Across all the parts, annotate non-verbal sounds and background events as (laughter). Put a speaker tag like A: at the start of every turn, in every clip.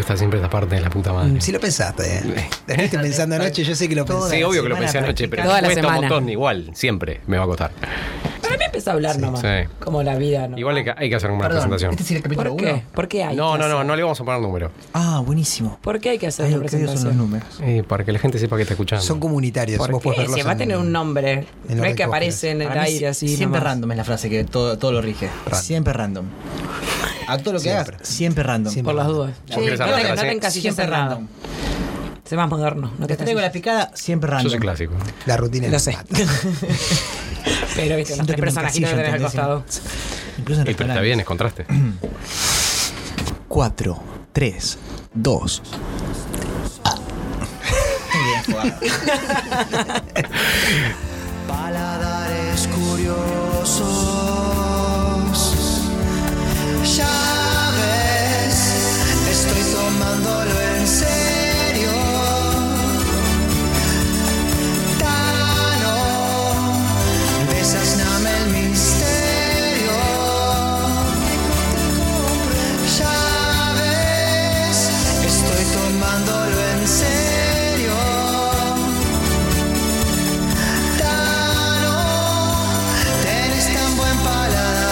A: está siempre esa parte de la puta madre.
B: Si lo pensaste, ¿eh? Lo estuviste pensando anoche, yo sé que lo
C: Toda
B: pensé.
A: Sí,
C: la
A: obvio que lo
C: semana
A: pensé anoche, pero
C: practicando.
A: me
D: Toda la
A: cuesta un
D: semana.
A: montón igual, siempre me va a costar.
C: Para mí empieza a hablar nomás.
A: sí.
C: Como la vida, ¿no?
A: Igual hay que, hay que hacer una
B: Perdón,
A: presentación.
B: ¿este es el capítulo
C: ¿Por qué?
B: 1?
C: ¿Por qué hay?
A: No,
C: que
A: no, no,
C: hacer?
A: no le vamos a poner número.
B: Ah, buenísimo.
C: ¿Por qué hay que hacer
B: Ay,
C: una
B: lo que odio son los
C: presentación?
B: números.
A: Eh, para que la gente sepa que está escuchando.
B: Son comunitarios.
C: ¿Por
B: vos podés
C: qué?
B: verlos
C: Si va a
B: en-
C: tener un nombre.
B: en
C: No
B: los
C: es que
B: recopes.
C: aparece en el
B: Para mí
C: aire así.
E: Siempre
C: nomás.
E: random es la frase que todo, todo lo rige. Siempre random. A todo lo que hagas, siempre random.
B: Siempre.
C: Por las dudas.
A: Vos querés
C: no
A: hablar
C: te, no
A: así.
C: te encasilles en nada. Se más moderno. No te
E: Te traigo la
C: encasilles.
E: picada, siempre random.
A: Yo soy clásico.
B: La rutina.
C: Lo
B: nos
C: sé.
B: mata.
C: (laughs) Pero viste, los tres
E: Siento que me
C: personajitos que
E: encasillo,
C: tenés al costado.
E: ¿entendés? Incluso en
A: Eh, pero está bien, es contraste.
E: 4, 3, 2.
F: Paladares curiosos. Ya ves, estoy tomándolo en serio. Tano, desasname el misterio. Ya ves, estoy tomándolo en serio. Tano, Eres tan buen paladar.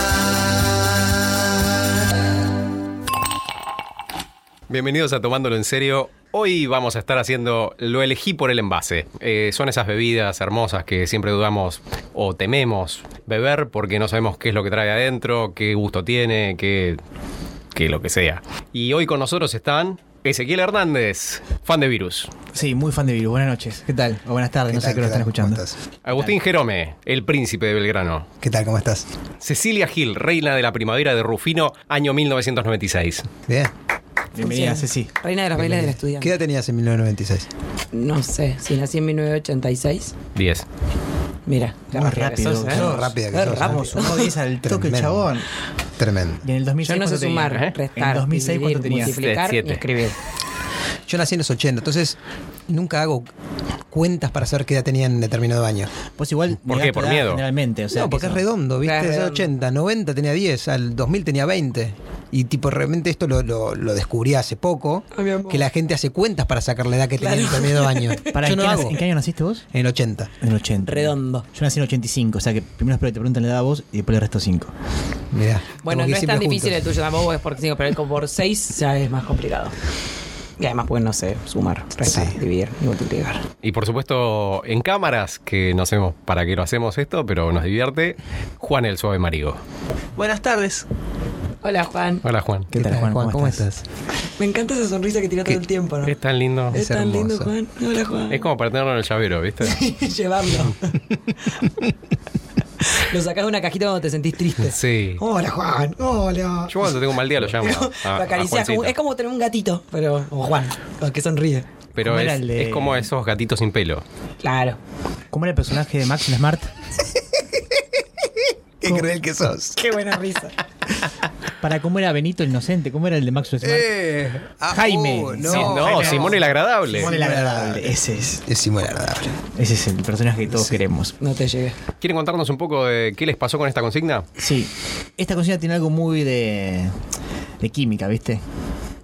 A: Bienvenidos a Tomándolo en Serio. Hoy vamos a estar haciendo Lo elegí por el envase. Eh, son esas bebidas hermosas que siempre dudamos o tememos beber porque no sabemos qué es lo que trae adentro, qué gusto tiene, qué, qué lo que sea. Y hoy con nosotros están Ezequiel Hernández, fan de Virus.
E: Sí, muy fan de Virus. Buenas noches. ¿Qué tal? O buenas tardes,
B: ¿Qué
E: no sé
B: tal,
E: qué lo
B: qué
E: están
B: tal? ¿Cómo
E: escuchando.
B: estás?
A: Agustín Jerome, el príncipe de Belgrano.
B: ¿Qué tal? ¿Cómo estás?
A: Cecilia Gil, reina de la primavera de Rufino, año 1996.
B: Bien.
E: Bienvenida,
C: Funciona.
E: Ceci.
C: Reina de los bailes del estudiante.
B: ¿Qué edad tenías en 1996?
C: No sé, si nací en 1986.
A: 10.
C: Mira, la
E: Muy
C: rápida que
E: rápido,
C: sos, ¿eh?
E: qué
B: Qué rápida que sos,
C: Qué rápido.
B: ¿eh?
E: Vamos, uno 10 al toque,
B: Tremendo.
E: chabón.
B: Tremendo.
E: Y en el 2006
C: Yo no sé
E: ¿cuánto tenías?
C: sumar,
A: ¿Eh?
C: restar,
E: En 2006
C: dividir,
E: ¿cuánto tenías?
C: multiplicar
A: Siete.
C: y escribir.
B: Yo nací en los 80, entonces nunca hago cuentas para saber qué edad tenía en determinado año.
E: Vos Pues igual
A: ¿Por
E: negás
A: qué?
E: tu
A: ¿Por
E: edad
A: miedo?
E: Generalmente, o sea,
B: no, porque
E: que
B: es
E: eso-
B: redondo, ¿viste?
C: Claro,
B: Es
C: es redondo.
B: 80, 90 tenía 10, al 2000 tenía 20. Y tipo, realmente esto lo, lo- lo descubrí hace poco,
C: Ay, Ah, mi amor.
B: que la gente hace cuentas para sacar la edad que tenía en
C: Claro.
B: determinado año.
E: (laughs) Pará,
B: Yo
E: ¿en,
B: no
E: qué nac-
B: hago.
E: en qué año naciste vos?
B: En el 80.
E: En el 80.
C: Redondo.
E: Yo nací en el 85, o sea que primero espero que te pregunten la edad a vos y después le resto 5.
B: Mirá.
C: Bueno,
B: como que
C: no es
B: siempre
C: tan difícil el
B: juntos.
C: tuyo tampoco, es por 5, pero el por 6 ya es más complicado. Y además, pues no sé, sumar, restar,
B: Sí.
C: dividir y multiplicar.
A: Y por supuesto, en cámaras, que no sabemos para qué lo hacemos esto, pero nos divierte, Juan el Suave Marigo.
G: Buenas tardes.
C: Hola, Juan.
A: Hola, Juan.
B: ¿Qué tal, Juan? ¿Cómo, estás?
C: Me encanta esa sonrisa que tira todo el tiempo, ¿no?
A: Es tan lindo.
B: Es tan lindo, hermoso.
C: Hola, Juan.
A: Es como para tenerlo en el llavero, ¿viste?
C: (laughs)
A: (laughs)
C: Llevarlo. Lo sacás de una cajita cuando te sentís triste.
A: Sí.
C: Hola, Juan. Hola.
A: Yo Ah, cuando tengo un mal día lo llamo. a-
C: Lo
A: a
C: acariciás como-
A: Juancito.
C: es como tener un gatito, pero como Juan, como que sonríe.
A: Pero
E: ¿Cómo era
A: es,
E: el de-
A: es como esos gatitos sin pelo.
C: Claro.
E: ¿Cómo era el personaje de Max en Smart?
B: Qué cruel que sos.
C: Qué buena risa.
E: Para cómo era Benito el Inocente, ¿cómo era el de Max en Smart?
B: ah,
E: Jaime.
B: uh,
A: Sí, No,
B: Jaime.
A: Simón el agradable.
E: Simón el agradable. Ese es.
B: Es muy agradable.
E: Ese es el personaje que todos queremos.
C: (laughs) No te llegué.
A: ¿Quieren contarnos un poco de qué les pasó con esta consigna?
E: Sí. Esta consigna tiene algo muy de. de química, ¿viste?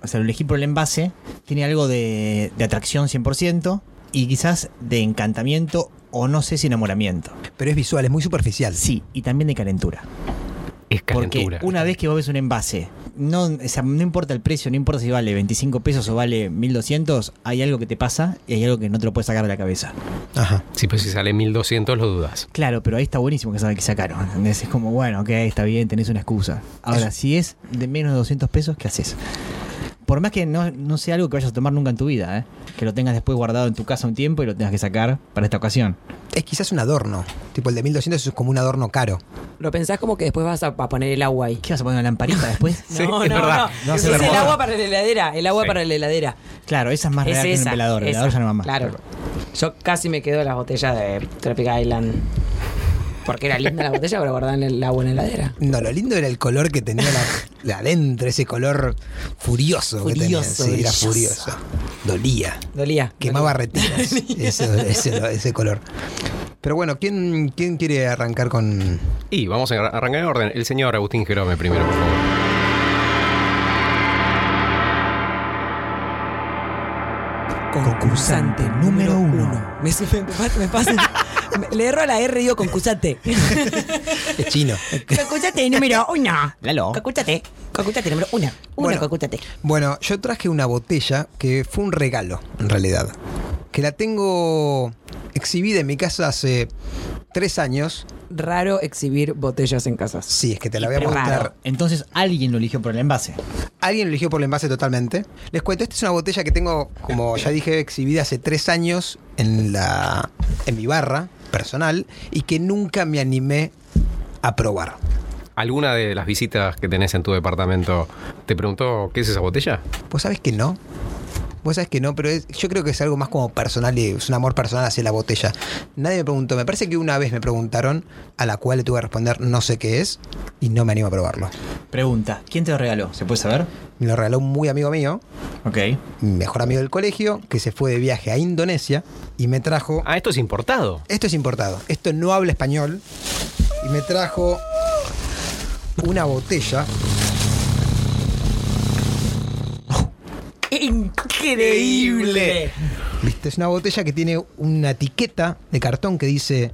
E: O sea, lo elegí por el envase. Tiene algo de, de atracción 100% y quizás de encantamiento o no sé si enamoramiento.
B: Pero es visual, es muy superficial.
E: Sí, y también de calentura.
A: Es
E: Porque
A: calentura.
E: una vez que vos ves un envase, no, o sea, no importa el precio, no importa si vale 25 pesos o vale 1200, hay algo que te pasa y hay algo que no te lo puedes sacar de la cabeza.
B: Ajá.
A: Sí, pues si sale 1200 lo dudas.
E: Claro, pero ahí está buenísimo que saben que sacaron. ¿entendés? Es como, bueno, ok, está bien, tenés una excusa. Ahora, si es de menos de 200 pesos, ¿qué haces? Por más que no, no sea algo que vayas a tomar nunca en tu vida, ¿eh? que lo tengas después guardado en tu casa un tiempo y lo tengas que sacar para esta ocasión.
B: Es quizás un adorno. Tipo el de 1200 es como un adorno caro.
C: Lo pensás como que después vas a, a poner el agua ahí.
E: ¿Qué vas a poner una lamparita
C: (laughs)
E: después?
A: Sí, es verdad.
E: No,
C: es
E: se
C: el
E: me
C: agua para la heladera, el agua
A: Sí.
C: para la heladera.
E: Claro, esa es más
C: es
E: real que un
C: esa.
E: velador. El
C: esa.
E: velador ya no va más.
C: Claro. Yo casi me quedo las botellas de Tropic Island. Porque era linda la botella, pero guardaban el agua en la heladera.
B: No, lo lindo era el color que tenía la, la adentro, ese color furioso, que tenía.
C: Furioso,
B: Sí, era
C: brilloso.
B: furioso. Dolía.
C: Dolía.
B: Quemaba retinas. ese, ese- ese color. Pero bueno, ¿quién, quién quiere arrancar con.
A: Y vamos a arrancar en orden. El señor Agustín Jerome primero, por favor.
C: Concursante número uno. Me, me, me pasa- me- le erro a la R y digo (laughs) concursante.
B: Es chino.
C: Concursante número uno.
E: Lalo.
C: Concursante. Concursante número uno. Uno
B: Bueno.
C: concursante.
B: Bueno, yo traje una botella que fue un regalo, en realidad. Que la tengo exhibida en mi casa hace tres años.
C: Raro exhibir botellas en casas.
B: Sí, es que te la voy a
C: Pero
B: mostrar.
C: raro.
E: Entonces alguien lo eligió por el envase.
B: Alguien lo eligió por el envase totalmente. Les cuento, esta es una botella que tengo, como ya dije, exhibida hace tres años en, la, en mi barra personal y que nunca me animé a probar.
A: ¿Alguna de las visitas que tenés en tu departamento te preguntó qué es esa botella?
B: Vos sabés que no. Vos sabés que no, pero es- yo creo que es algo más como personal y es un amor personal hacia la botella. Nadie me preguntó, me parece que una vez me preguntaron, a la cual le tuve que responder no sé qué es y no me animo a probarlo.
E: Pregunta, ¿quién te lo regaló? ¿Se puede saber?
B: Me lo regaló un muy amigo mío,
E: Ok.
B: mi mejor amigo del colegio, que se fue de viaje a Indonesia y me trajo...
A: Ah, esto es importado.
B: Esto es importado, esto no habla español y me trajo una botella
C: Increíble.
B: ¿Viste? Es una botella que tiene una etiqueta de cartón que dice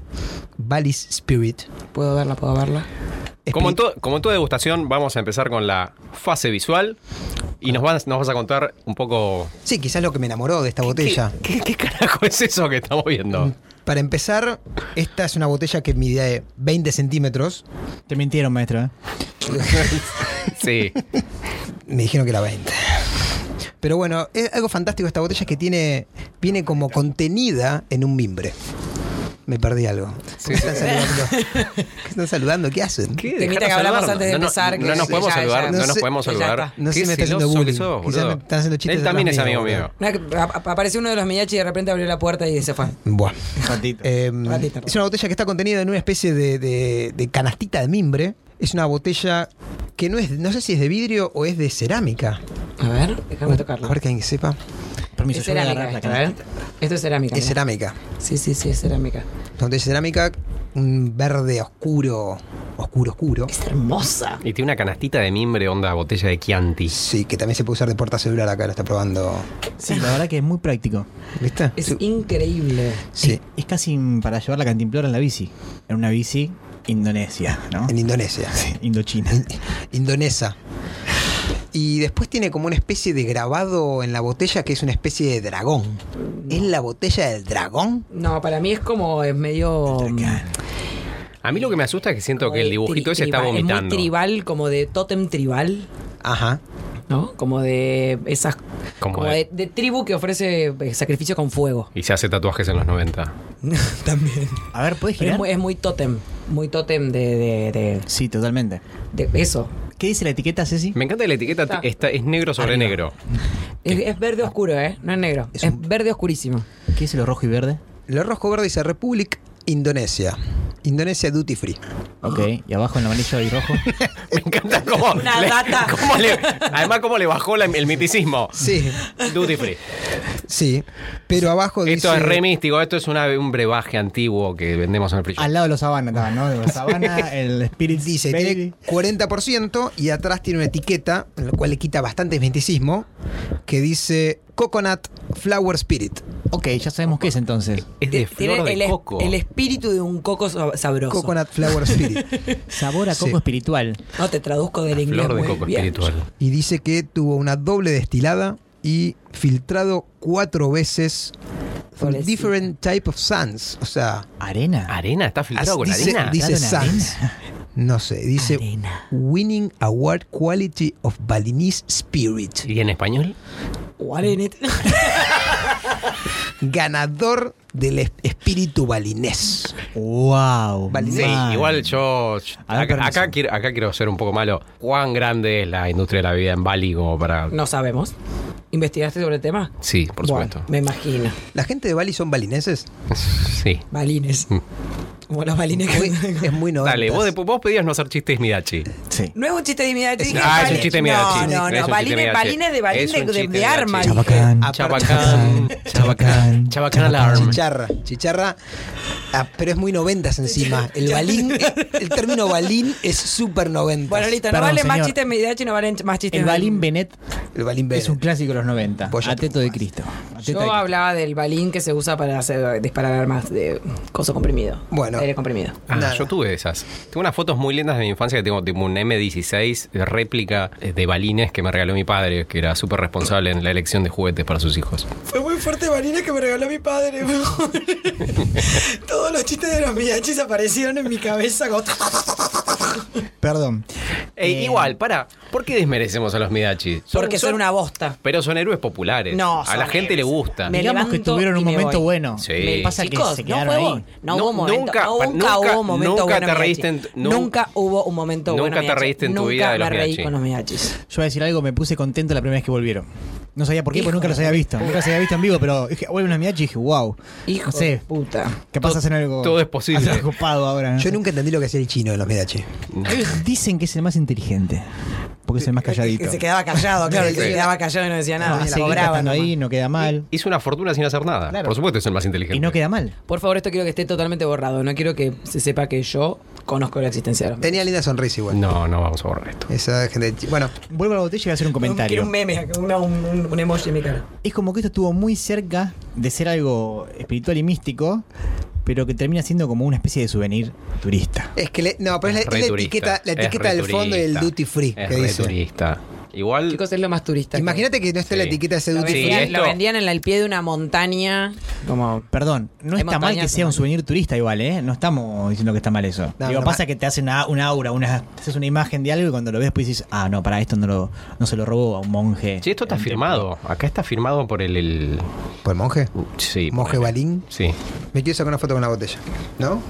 B: Valis Spirit.
C: ¿Puedo verla? ¿Puedo verla?
A: Como
B: Espíritu-
A: en, todo- como en toda degustación, vamos a empezar con la fase visual y nos vas, nos vas a contar un poco.
B: Sí, quizás lo que me enamoró de esta botella.
A: ¿Qué, qué carajo es eso que estamos viendo?
B: Para empezar, esta es una botella que mide 20 centímetros.
E: Te mintieron, maestro. ¿eh?
C: (laughs)
A: Sí.
B: Me dijeron que era 20. Pero bueno, es algo fantástico esta botella que tiene, viene como contenida en un mimbre. Me perdí algo.
A: Sí,
B: ¿Qué están saludando? ¿Qué están saludando? ¿Qué hacen?
A: ¿Qué? Dejanos
C: Temita que hablamos
A: saludarnos.
C: antes de
A: no, no,
C: empezar,
A: No,
C: que
A: nos
C: ya-
A: podemos
C: ya-
A: saludar,
C: ya.
A: no,
B: No
A: nos
B: sé-
A: podemos
C: ya
A: saludar.
C: está.
B: No sé,
A: Qué
B: me está haciendo
A: celoso que
B: bullying.
A: sos,
B: Quizás
A: boludo.
B: me están haciendo chistes
A: Él
B: atrás
A: también es
B: mío,
A: amigo
B: boludo.
A: mío.
C: Nada que- a- apareció uno de los Miyachi y de repente abrió la puerta y se fue.
B: Buah.
E: ratito.
B: Eh,
C: Ratito,
B: es una botella que está contenida en una especie de, de- de canastita de mimbre. Es una botella que no es, no sé si es de vidrio o es de cerámica.
C: A ver, déjame tocarla.
B: A ver que alguien sepa.
E: Permiso,
C: Es
E: yo voy a
C: cerámica.
E: agarrar la
C: esto, a ver.
E: canastita.
C: Esto es cerámica.
B: Es
C: mirá.
B: cerámica.
C: Sí, sí, sí, es cerámica.
B: Una botella de cerámica, un verde oscuro, oscuro, oscuro.
C: Es hermosa.
A: Y tiene una canastita de mimbre, onda botella de Chianti.
B: Sí, que también se puede usar de porta celular acá, lo está probando.
E: Sí, la verdad que es muy práctico.
B: ¿Viste?
C: Es
B: Sí.
C: increíble.
B: Sí,
E: Es casi para llevar la cantimplora en la bici. En una bici indonesia, ¿no?
B: en Indonesia.
E: Indochina.
B: Indonesa. Y después tiene como una especie de grabado en la botella que es una especie de dragón. ¿Es la botella del dragón?
C: No, para mí es como es medio mm,
A: A mí lo que me asusta es que siento
C: como
A: que el
C: de
A: dibujito
C: tri-
A: ese está
C: tribal, Es
A: vomitando.
C: muy tribal, como de tótem tribal,
B: Ajá.
C: ¿no? Como de esas
A: Como
C: como,
A: de-
C: de... de tribu que ofrece eh, sacrificio
A: (laughs)
C: con fuego.
A: Y se hace tatuajes en los 90.
C: También.
E: A ver, ¿puedes
C: Pero
E: girar?
C: es muy, es muy tótem, muy tótem de, de,
E: Sí, totalmente.
C: de- de eso.
E: ¿Qué dice la etiqueta, Ceci?
A: Me encanta que la etiqueta,
C: Está.
A: está- es negro sobre
C: Arriba.
A: negro.
C: Es, es verde
A: ah.
C: oscuro, ¿eh? No es negro.
B: Es
C: Es,
B: un-
C: verde oscurísimo.
E: ¿Qué dice lo rojo y verde?
B: Lo rojo verde dice Republic Indonesia. Indonesia Duty Free.
E: Ok, y abajo en la amarilla
B: (laughs)
E: y rojo.
A: Me
C: (laughs)
A: encanta cómo.
C: Una
A: le-
C: data.
A: cómo le- además, cómo le bajó la- el miticismo.
B: Sí,
A: Duty free.
B: sí. Pero abajo dice.
A: Esto es re místico, esto es una- un brebaje antiguo que vendemos en el free shop.
E: Al lado de los sabana estaban, ¿no? De los sabana, el Spirit
B: Dice, tiene
E: Baby.
B: 40% y atrás tiene una etiqueta, en lo cual le quita bastante misticismo, que dice Coconut Flower Spirit.
E: Ok, ya sabemos qué es entonces.
A: Es de flor de
C: Eh, el, es-
A: coco.
C: el espíritu de un coco so- sabroso.
B: Coconut
A: (laughs)
B: Flower Spirit.
E: Sabor a coco
B: Sí.
E: espiritual.
C: No te traduzco del inglés.
A: flor de
C: muy
A: coco
C: bien.
A: espiritual.
B: Y dice que tuvo una doble destilada y filtrado cuatro veces from
C: Pobrecita.
B: different type of sands. O sea,
E: Arena.
A: ¿Arena? ¿Está filtrado con
B: dice,
A: arena?
B: dice
E: Claro, una
B: sands. No sé, dice
C: Arena.
B: Winning Award Quality of Balinese Spirit.
A: ¿Y en español?
C: What in it?
B: Ganador del es- espíritu balinés.
E: Wow.
B: Validez.
A: Sí,
E: man.
A: igual yo. yo-
E: A ver,
A: acá,
E: permiso.
A: acá quiero, acá quiero ser un poco malo. ¿Cuán grande es la industria de la vida en Bali como para.?
C: (laughs) No sabemos. ¿Investigaste sobre el tema?
A: Sí, por
C: Bueno,
A: supuesto.
C: me imagino.
B: ¿La gente de Bali son balineses?
A: Sí.
C: Balines.
A: Mm.
C: Como los balines
B: Muy-
F: (laughs)
C: que...
B: es muy noventas.
A: Dale, vos, de- vos pedías no hacer chistes Midachi.
E: Sí.
C: (laughs) No es un chiste de Midachi. dije
A: Ah, es un
C: balines.
A: chiste de Midachi.
C: No, no,
A: Es un
C: no.
A: chiste
C: Balines,
A: Midachi.
C: balines de balines
A: Es un
C: de, de,
A: chiste
C: arma.
A: Midachi.
C: dije.
E: Chabacán.
B: Ah,
A: Chabacán, Chabacán,
E: (laughs) Chabacán,
A: Chabacán Alarm.
B: Chicharra, chicharra, ah, pero es muy noventas encima. El balín, el término balín es súper noventas.
C: Bueno, listo. No
E: Perdón,
C: valen más
E: señor.
C: chistes de Midachi, no valen más chistes
E: El
C: de-
E: balín Benet
B: El balín
E: Es
B: verde.
E: un clásico de los 90.
C: Pues
B: Voy a
E: Ateto de Cristo. Ateto de
C: Yo
E: Cristo.
C: hablaba del balín que se usa para hacer disparar armas de coso comprimido.
B: Bueno.
C: Aire comprimido.
A: Ah,
B: Nada.
A: yo tuve esas. Tengo unas fotos muy lindas de mi infancia que tengo tipo un M16 de réplica eh, de balines que me regaló mi padre, que era súper responsable en la elección de juguetes para sus hijos.
F: Fue muy fuerte balines que me regaló mi padre.
B: (laughs)
F: Todos los chistes de los miyachis aparecieron en mi cabeza. como-
E: Perdón.
A: Ey,
E: Eh.
A: Igual, para, ¿por qué desmerecemos a los Midachi? Son-
C: Porque son una bosta.
A: Pero son héroes populares.
C: No,
A: a la
C: son
A: gente le
C: héroes.
A: gusta.
C: Me
E: Digamos que
C: levanto
E: tuvieron
C: y
E: un
C: me
E: momento
C: voy.
E: bueno.
A: Sí.
E: Me pasa que
C: Chicos,
E: se
C: no,
E: quedaron
C: hubo,
E: ahí.
C: no
A: No,
C: hubo momento,
A: nunca,
C: nunca,
A: pa-
C: nunca
A: nunca-
C: hubo momento
A: nunca
C: bueno
A: te
C: en
A: reíste
C: Miachi.
A: en- nu-
C: nunca hubo un momento
A: Nunca
C: bueno
A: te
C: Miachi.
A: reíste en tu
C: Nunca
A: vida de los
C: me reí
A: Miachi.
C: con los miachis.
E: Yo voy a decir algo, me puse contento la primera vez que volvieron. No sabía por qué,
C: Hijo
E: porque nunca los había visto. Nunca los había visto en vivo, pero dije, vuelven a Miachi y dije, wow.
C: Hijo
E: no
C: de
E: sé,
C: puta.
E: capaz hacen algo.
A: todo es posible.
E: hacen algo copado ahora. ¿no?
B: Yo
E: sé.
B: nunca entendí lo que hacía el chino de los Medache.
E: (laughs) Dicen que es el más inteligente, porque es el más calladito.
C: Que se quedaba callado, claro, el que
A: Sí.
C: se quedaba callado y no decía nada.
E: Ah,
C: Se
E: seguir
C: cobraba
E: estando
C: nomás.
E: ahí, no queda mal.
A: Hizo una fortuna sin hacer nada.
E: Claro.
A: Por supuesto es el más inteligente.
E: Y no queda mal.
C: Por favor, esto quiero que esté totalmente borrado. No quiero que se sepa que yo conozco la existencia de los miachis.
B: Tenía linda sonrisa igual.
A: No, no vamos a borrar esto.
B: Esa gente. chi- Bueno,
E: Vuelvo a la botella y voy a hacer un
C: Quiero
E: comentario.
C: un meme, un, un- un emoji en mi cara.
E: Es como que esto estuvo muy cerca de ser algo espiritual y místico, pero que termina siendo como una especie de souvenir turista.
B: es que. le- no, pero es Pues la,
A: Es re
B: es la
A: turista.
B: etiqueta, la
A: Es
B: etiqueta
A: re
B: del fondo del
A: turista.
B: duty free
A: Es
B: que
A: re
B: dice.
A: turista. Igual.
C: Chicos, es lo más turista. que-
B: Imagínate que no esté la
A: Sí.
B: etiqueta de ese
C: lo
B: duty
A: Sí,
C: vendían,
A: esto-
C: lo vendían en la- el pie de una montaña. Como
E: Perdón, no
C: Hay
E: está mal que
C: montañas,
E: sea un
C: hermano.
E: souvenir turista igual, ¿eh? No estamos diciendo que está mal eso.
B: No,
E: Digo,
B: no,
E: pasa
B: ma-
E: que te hacen una, una aura, una, te haces una imagen de algo y cuando lo ves pues dices, ah, no, para esto no, lo, no se lo robó a un monje.
A: Sí, esto está
E: en un templo".
A: firmado. Acá está firmado por el. el-
B: ¿Por el Pues monje?
A: sí.
B: ¿Monje
A: ponele.
B: Balín?
A: Sí.
B: Me quiero sacar una foto con la botella, ¿no?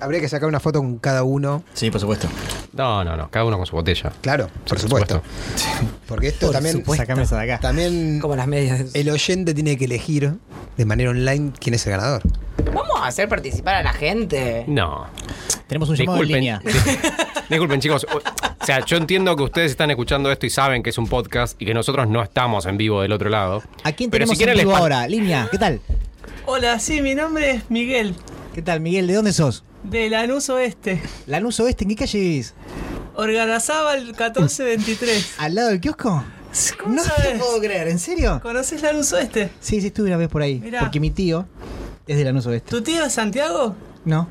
B: Habría que sacar una foto con cada uno.
E: Sí, por supuesto.
A: No, no, no. Cada uno con su botella.
B: Claro, por
A: por
B: supuesto.
A: supuesto.
B: Porque esto
E: Por
B: también.
E: supuesto. Sacame esa de acá.
B: También
C: como las medias. de-
B: el oyente tiene que elegir de manera online quién es el ganador.
C: Vamos a hacer participar a la gente.
A: No.
E: Tenemos un llamado en
A: Disculpen.
E: línea.
A: (laughs) Disculpen, chicos. O sea, yo entiendo que ustedes están escuchando esto y saben que es un podcast y que nosotros no estamos en vivo del otro lado.
E: ¿A quién
A: Pero
E: tenemos
A: si quieren
E: en vivo
A: les pa-
E: ahora? Línea, ¿qué tal?
D: Hola, sí, mi nombre es Miguel,
E: ¿Qué tal, Miguel? ¿De dónde sos?
D: de Lanús Oeste,
E: Lanús Oeste, ¿en qué calle vivís?
D: Organazábal 1423.
E: ¿Al lado del kiosco?
D: ¿Cómo
E: no te
D: sabes?
E: puedo creer, ¿en serio?
D: ¿Conoces Lanús Oeste?
E: Sí, sí, estuve una vez por ahí.
D: Mirá.
E: Porque mi tío es de Lanús Oeste.
D: ¿Tu tío es Santiago?
E: No.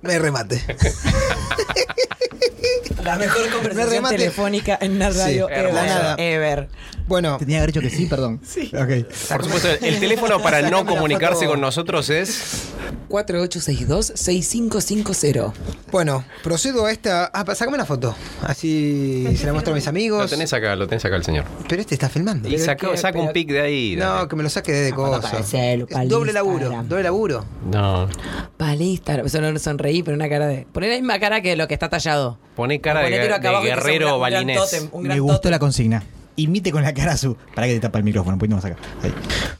B: Me remate.
C: La mejor
B: Me
C: conversación
B: remate.
C: telefónica en una
B: Sí,
C: radio
B: la
C: ever,
B: nada.
C: ever.
B: (laughs) Bueno,
E: Tenía que haber dicho que sí, perdón. Sí. Ok.
A: Por supuesto, el teléfono para no
B: Sacame la
A: comunicarse
B: foto.
A: con nosotros es.
C: 4862-6550.
B: bueno, procedo a esta. Ah, pa- sacame una foto. Así se la muestro a mis
A: (laughs) Lo
B: amigos.
A: tenés acá, lo tenés acá el señor.
B: Pero este está filmando.
A: Y saca,
C: que-
A: saca un
C: pero-
A: pic de ahí. dale.
B: No, que me lo saque de
C: La foto
B: coso.
C: para el celu, para el
B: Doble laburo,
C: Instagram.
B: doble laburo.
A: No.
C: Palista, solo sonreí, pero una cara de. Poné la misma cara que lo que está tallado.
A: Pone cara de,
C: Ponételo
A: guer-
C: acá
A: de
C: abajo que sea
A: guerrero
C: un gran- un gran
A: balinés.
C: tótem, un gran
E: Me gustó
C: tótem.
E: la consigna. Imite con la cara su. Para que te tapa el micrófono, un poquito más acá. Ahí.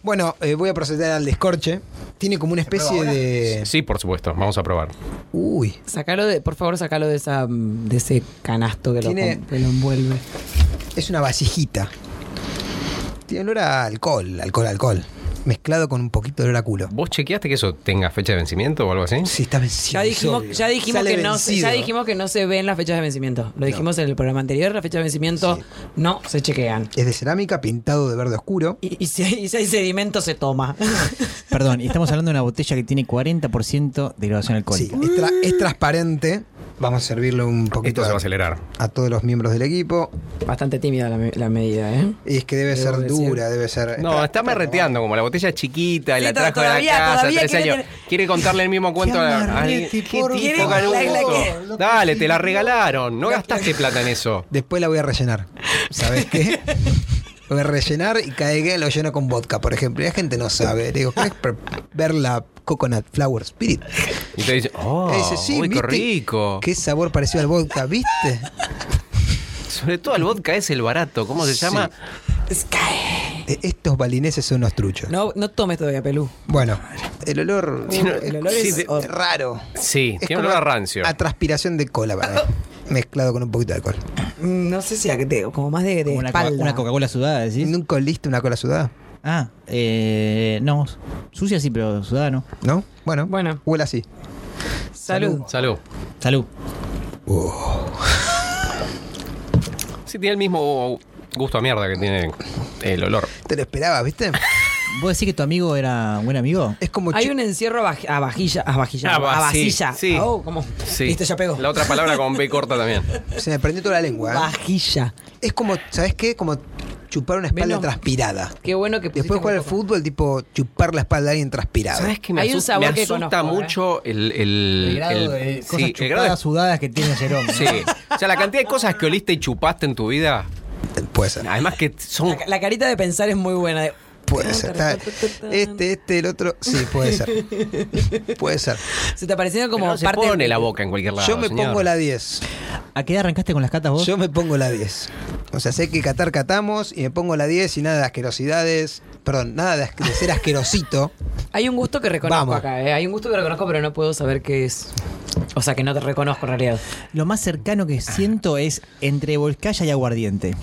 B: Bueno, eh, voy a proceder al descorche. Tiene como una especie de.
A: Sí, por supuesto. Vamos a probar.
B: Uy.
C: Sacalo de, por favor, sacalo de esa mm, de ese canasto que, lo,
B: Tiene-
C: com- que lo envuelve.
B: Es una vasijita. Tiene olor a alcohol, alcohol, alcohol. Mezclado con un poquito de olor a culo.
A: ¿Vos chequeaste que eso tenga fecha de vencimiento o algo así?
B: Sí, está vencido.
C: Ya
B: es
C: dijimos,
B: obvio.
C: ya dijimos
B: Sale
C: que no, se-
B: vencido.
C: ya dijimos que no se ven las fechas de vencimiento. Lo dijimos en el programa anterior, las fechas de vencimiento
B: Sí.
C: no se chequean.
B: Es de cerámica, pintado de verde oscuro.
C: Y, y si hay, y si hay sedimento se (laughs) toma.
E: Perdón, y estamos hablando de una botella que tiene 40% de graduación
B: Sí,
E: alcohólica.
B: es, tra- es transparente. Vamos a servirle un
A: Esto
B: poquito
A: se va a
B: a,
A: acelerar.
B: a todos los miembros del equipo.
C: Bastante tímida la, me- la medida, ¿eh?
B: Y es que debe
C: Debo
B: ser
C: decir.
B: dura, debe ser.
A: No, está merreteando, como la botella es chiquita y
C: Sí,
A: la
C: to-
A: trajo
C: todavía-
A: de la casa
C: todavía
A: tres
C: quiere
A: años.
C: tener-
A: Quiere contarle el
B: (laughs)
A: mismo cuento a a alguien.
E: amarrete,
A: ¿Qué
E: por
A: tipo,
C: favor.
A: ganuto?
C: La- la
A: Dale, te la regalaron. No gastaste plata en eso.
B: Después la voy a rellenar. ¿Sabes
C: (laughs)
B: qué? Voy a rellenar y cada que lo lleno con vodka, por ejemplo. Y la gente no sabe. Le digo, ¿querés pre- ver la Coconut Flower Spirit?
A: Y te
B: (laughs)
A: dice, oh,
B: Y dice, sí,
A: uy, qué
B: ¿viste?
A: rico.
B: Qué sabor parecido al vodka,
C: (laughs)
B: ¿viste?
A: Sobre todo el vodka es el barato. ¿Cómo se
B: Sí.
A: llama?
B: Eh, Estos balineses son unos truchos.
C: No, no tomes todavía, Pelú.
B: Bueno, el olor,
A: Tiene-
B: el
A: el
B: olor
A: olor es-
B: es, es raro.
A: Sí,
B: Es
A: tiene
B: como
A: olor a rancio.
B: A transpiración de cola para
C: (laughs)
B: mí, mezclado con un poquito de alcohol.
C: Mm, No sé si a- de- como más de, de
E: Como una, co-
C: espalda.
E: una Coca-Cola sudada,
B: ¿Y
E: ¿decís?
B: ¿Nunca oliste una cola sudada?
E: Ah, eh, no. Sucia sí, pero sudada no.
B: ¿No? Bueno,
C: Bueno.
B: huele así.
C: Salud.
A: Salud.
E: Salud.
A: Sí, tiene el mismo gusto a mierda que tiene el olor.
B: Te lo esperaba, ¿viste?
E: ¿Vos decís que tu amigo era un buen amigo?
B: Es como
C: Hay
B: chu-
C: un encierro a, vaj- a vajilla, a vajilla,
A: Ah,
C: no, a
A: va- sí,
C: vasilla.
A: sí.
C: Ah, oh, como
A: Sí.
F: Viste, ya pegó.
A: La otra palabra con B corta también.
B: se me prendió toda la lengua. ¿eh?
C: vajilla.
B: Es como, ¿sabes qué? Como chupar una espalda
C: Venom.
B: transpirada.
C: Qué bueno que pusiste
B: Después de jugar
C: muy
B: al
C: poco.
B: fútbol, tipo chupar la espalda a alguien
A: (laughs)
B: transpirado.
A: ¿Sabes qué? Me,
C: Hay un
A: asus-
C: sabor
A: me
C: que
A: asusta
C: conozco, ¿eh?
A: mucho el, el-
E: El grado
A: el-
E: de
A: sí,
E: cosas
A: el
E: chupadas,
A: grado de-
E: sudadas que tiene Jerón. ¿no?
A: Sí. O sea, la cantidad de cosas que oliste y chupaste en tu vida,
B: Puede ser.
A: además que son...
C: La, la carita de pensar es muy buena. de-
B: Puede ser. Está- Este, este, el otro. Sí, puede ser. Puede ser.
C: se te aparecieron como
A: Pero no se
C: parte.
A: pone la boca en cualquier lado,
B: Yo me
A: señor.
B: pongo la 10.
E: ¿A qué edad arrancaste con las catas vos?
B: Yo me pongo la 10. O sea, sé que catar catamos y me pongo la 10 y nada de asquerosidades. Perdón, nada de, as- de ser asquerosito.
C: Hay un gusto que reconozco
B: Vamos.
C: acá, ¿eh? Hay un gusto que reconozco, pero no puedo saber qué es. O sea, que no te reconozco en realidad.
E: Lo más cercano que siento es entre Volcaya y Aguardiente.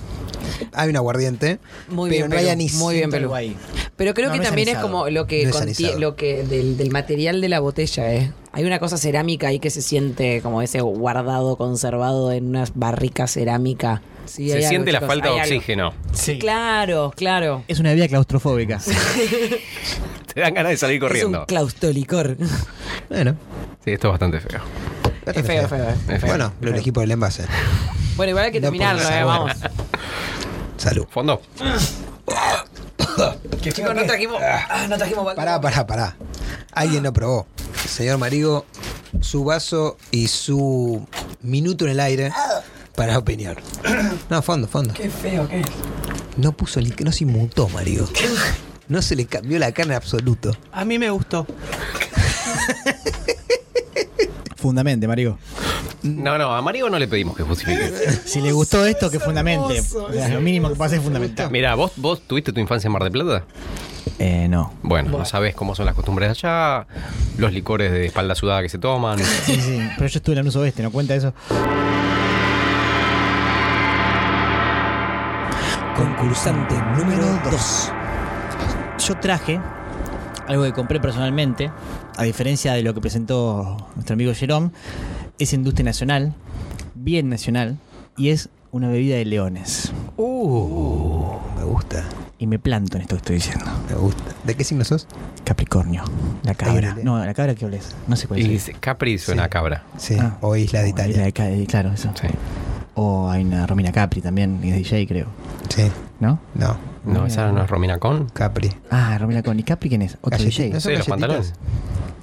B: Hay un aguardiente.
C: Muy
B: pero
C: bien,
B: no hay
C: Pelu.
B: anís.
C: Muy bien, Pelu.
E: Uruguay.
C: Pero creo
E: No,
C: que
E: no es
C: también es
E: alisado.
C: como lo que
B: No es
C: contie-
B: alisado.
C: lo que del, del material de la botella, ¿eh? Hay una cosa cerámica ahí que se siente como ese guardado, conservado en una barrica cerámica. Sí,
A: Se
C: hay algo,
A: siente la
C: chicos,
A: falta de
C: hay algo.
A: oxígeno.
E: Sí.
C: Claro, claro.
E: Es una bebida claustrofóbica.
A: (laughs) Te dan ganas de salir
C: Es un
A: corriendo.
C: claustolicor.
B: Bueno.
A: Sí, esto es bastante feo.
B: bastante
C: (laughs) Es feo, feo, eh.
A: Es feo.
B: Bueno, lo elegí por el envase.
C: Bueno, igual hay que
B: No
C: terminarlo,
B: por el
C: eh,
B: sabor.
C: vamos.
B: Salud.
A: Fondo.
C: Chicos, no trajimos, ah, no trajimos balde.
B: Pará, pará, pará. Alguien lo probó. Señor Marigo, su vaso y su minuto en el aire para opinar. No, fondo, fondo.
F: Qué feo que es.
B: No puso el, no se inmutó, Marigo. No se le cambió la cara en absoluto.
D: A mí me gustó.
E: Fundamente, Marigo.
A: No, no, a Marigo no le pedimos que
C: (laughs)
A: justifique.
E: (laughs) Si le gustó esto, que fundamente. O sea, lo mínimo que pasa es fundamental.
A: Mira, ¿vos, ¿vos tuviste tu infancia en Mar del Plata?
E: Eh, no.
A: Bueno, no sabés cómo son las costumbres allá, los licores de espalda sudada que se
C: (laughs)
A: toman.
E: Sí, sí. Pero yo estuve en el uso oeste, ¿no cuenta eso?
B: Concursante número 2.
E: Yo traje algo que compré personalmente, a diferencia de lo que presentó nuestro amigo Jerón, es industria nacional, bien nacional, y es una bebida de leones.
B: Uh, Me gusta,
E: Y me planto en esto que estoy diciendo.
B: me gusta. ¿De qué signo sos?
E: Capricornio, la cabra.
B: Ahí,
E: No, la cabra que hables. No sé cuál
A: Y
E: es.
A: dice, Capri suena a cabra.
B: Sí,
E: Ah.
B: o Isla de
E: La
B: Italia.
E: de ca- eh, claro, eso.
A: Sí.
E: O hay una Romina Capri también, que es DJ, creo.
B: Sí,
E: ¿No?
B: no,
A: No, esa no es Romina Con.
B: Capri.
E: Ah, Romina con. ¿Y Capri quién es? Otro
B: Galletitas.
E: DJ.
B: ¿No son
A: Sí, los pantalones.
B: galletitas?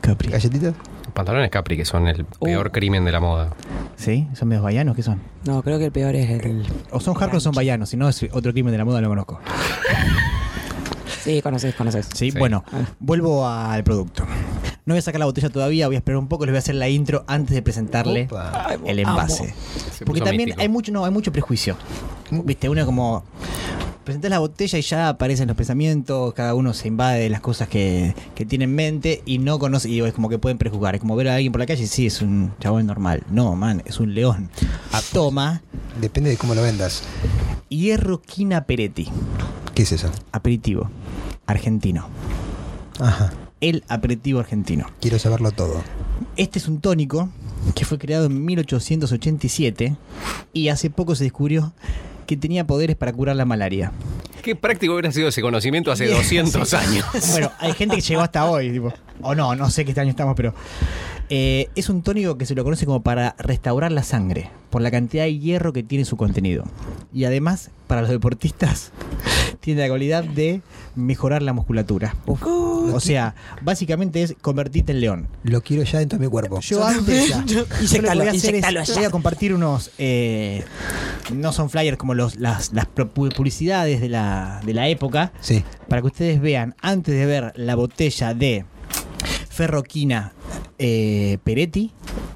E: Capri.
B: ¿Galletitas?
A: Los pantalones Capri, que son el
C: Uh.
A: peor crimen de la moda.
E: ¿Sí? ¿Son medios vallanos? ¿Qué son?
C: No, creo que el peor es el.
E: O son hardcore o son vallanos, si no es otro crimen de la moda, no conozco.
C: Sí, conoces, conoces.
E: ¿Sí?
A: Sí.
E: bueno, vuelvo al producto. No voy a sacar la botella todavía, voy a esperar un poco, les voy a hacer la intro antes de presentarle
B: Opa.
E: el envase.
A: Se
E: Porque
A: puso
E: también
A: místico.
E: hay mucho, no, hay mucho prejuicio. Viste, uno como presentás la botella y ya aparecen los pensamientos, cada uno se invade de las cosas que, que tiene en mente y no conoce, y es como que pueden prejuzgar, es como ver a alguien por la calle y sí, es un chabón normal. No, man, es un león. Toma,
B: Depende de cómo lo vendas.
E: hierro quina peretti,
B: ¿Qué es eso?
E: aperitivo, argentino.
B: Ajá,
E: El aperitivo argentino.
B: quiero saberlo todo.
E: Este es un tónico que fue creado en 1887 y hace poco se descubrió que tenía poderes para curar la malaria.
A: Qué práctico hubiera sido ese conocimiento hace 200 años.
E: (laughs) Bueno, hay gente que llegó hasta hoy, tipo, o no, no sé qué este año estamos, pero eh, es un tónico que se lo conoce como para restaurar la sangre, por la cantidad de hierro que tiene su contenido. Y además, para los deportistas, (laughs) tiene la cualidad de mejorar la musculatura. O sea, básicamente es convertirte en león.
B: Lo quiero ya dentro de mi cuerpo.
E: Yo
C: (laughs)
E: antes ya. yo lo que
C: Inyectalo,
E: voy a hacer es-
C: inyectalo allá.
E: voy a compartir unos. eh, no son flyers como los, las, las pro- publicidades de la, de la época.
B: Sí.
E: Para que ustedes vean, antes de ver la botella de Ferroquina eh, Peretti,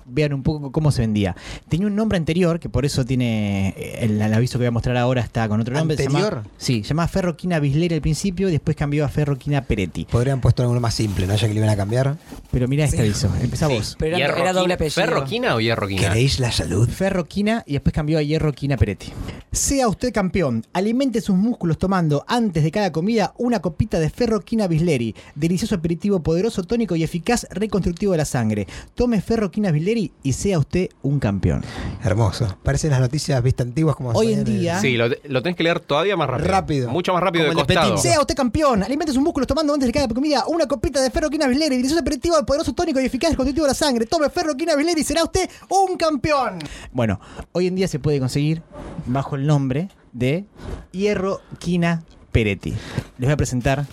E: vean un poco cómo se vendía. Tenía un nombre anterior, que por eso tiene. eh, El, el aviso que voy a mostrar ahora está con otro nombre. se llama-
B: ¿Anterior?
E: sí, se llamaba Ferroquina Bislera al principio y después cambió a Ferroquina Peretti.
B: Podrían haber puesto alguno más simple, ¿no? Ya que le iban a cambiar.
E: Pero mira este aviso. Empezá vos.
C: Pero era, era doble apellido.
A: ¿Ferroquina o hierroquina?
B: ¿Queréis la salud?
E: Ferro Quina y después cambió a Hierro Quina Peretti. Sea usted campeón, alimente sus músculos tomando antes de cada comida una copita de Ferro Quina Bisleri, delicioso aperitivo poderoso, tónico y eficaz reconstructivo de la sangre. Tome Ferro Quina Malvinas Villeri y sea usted un campeón.
B: Hermoso. Parecen las noticias, viste, antiguas como...
E: Hoy en
B: salían
E: día-
A: Sí, lo, lo tenés que leer todavía más rápido.
B: Rápido.
A: Mucho más rápido
G: Como
A: de
G: el de
A: costado.
G: Petit.
E: Sea usted campeón, alimente sus músculos tomando antes de cada comida una copita de Ferroquina Villeri, delicioso aperitivo, poderoso tónico y eficaz constitutivo de la sangre. Tome Ferroquina Villeri y será usted un campeón. Bueno, hoy en día se puede conseguir bajo el nombre de Hierro Quina Peretti. Les voy a presentar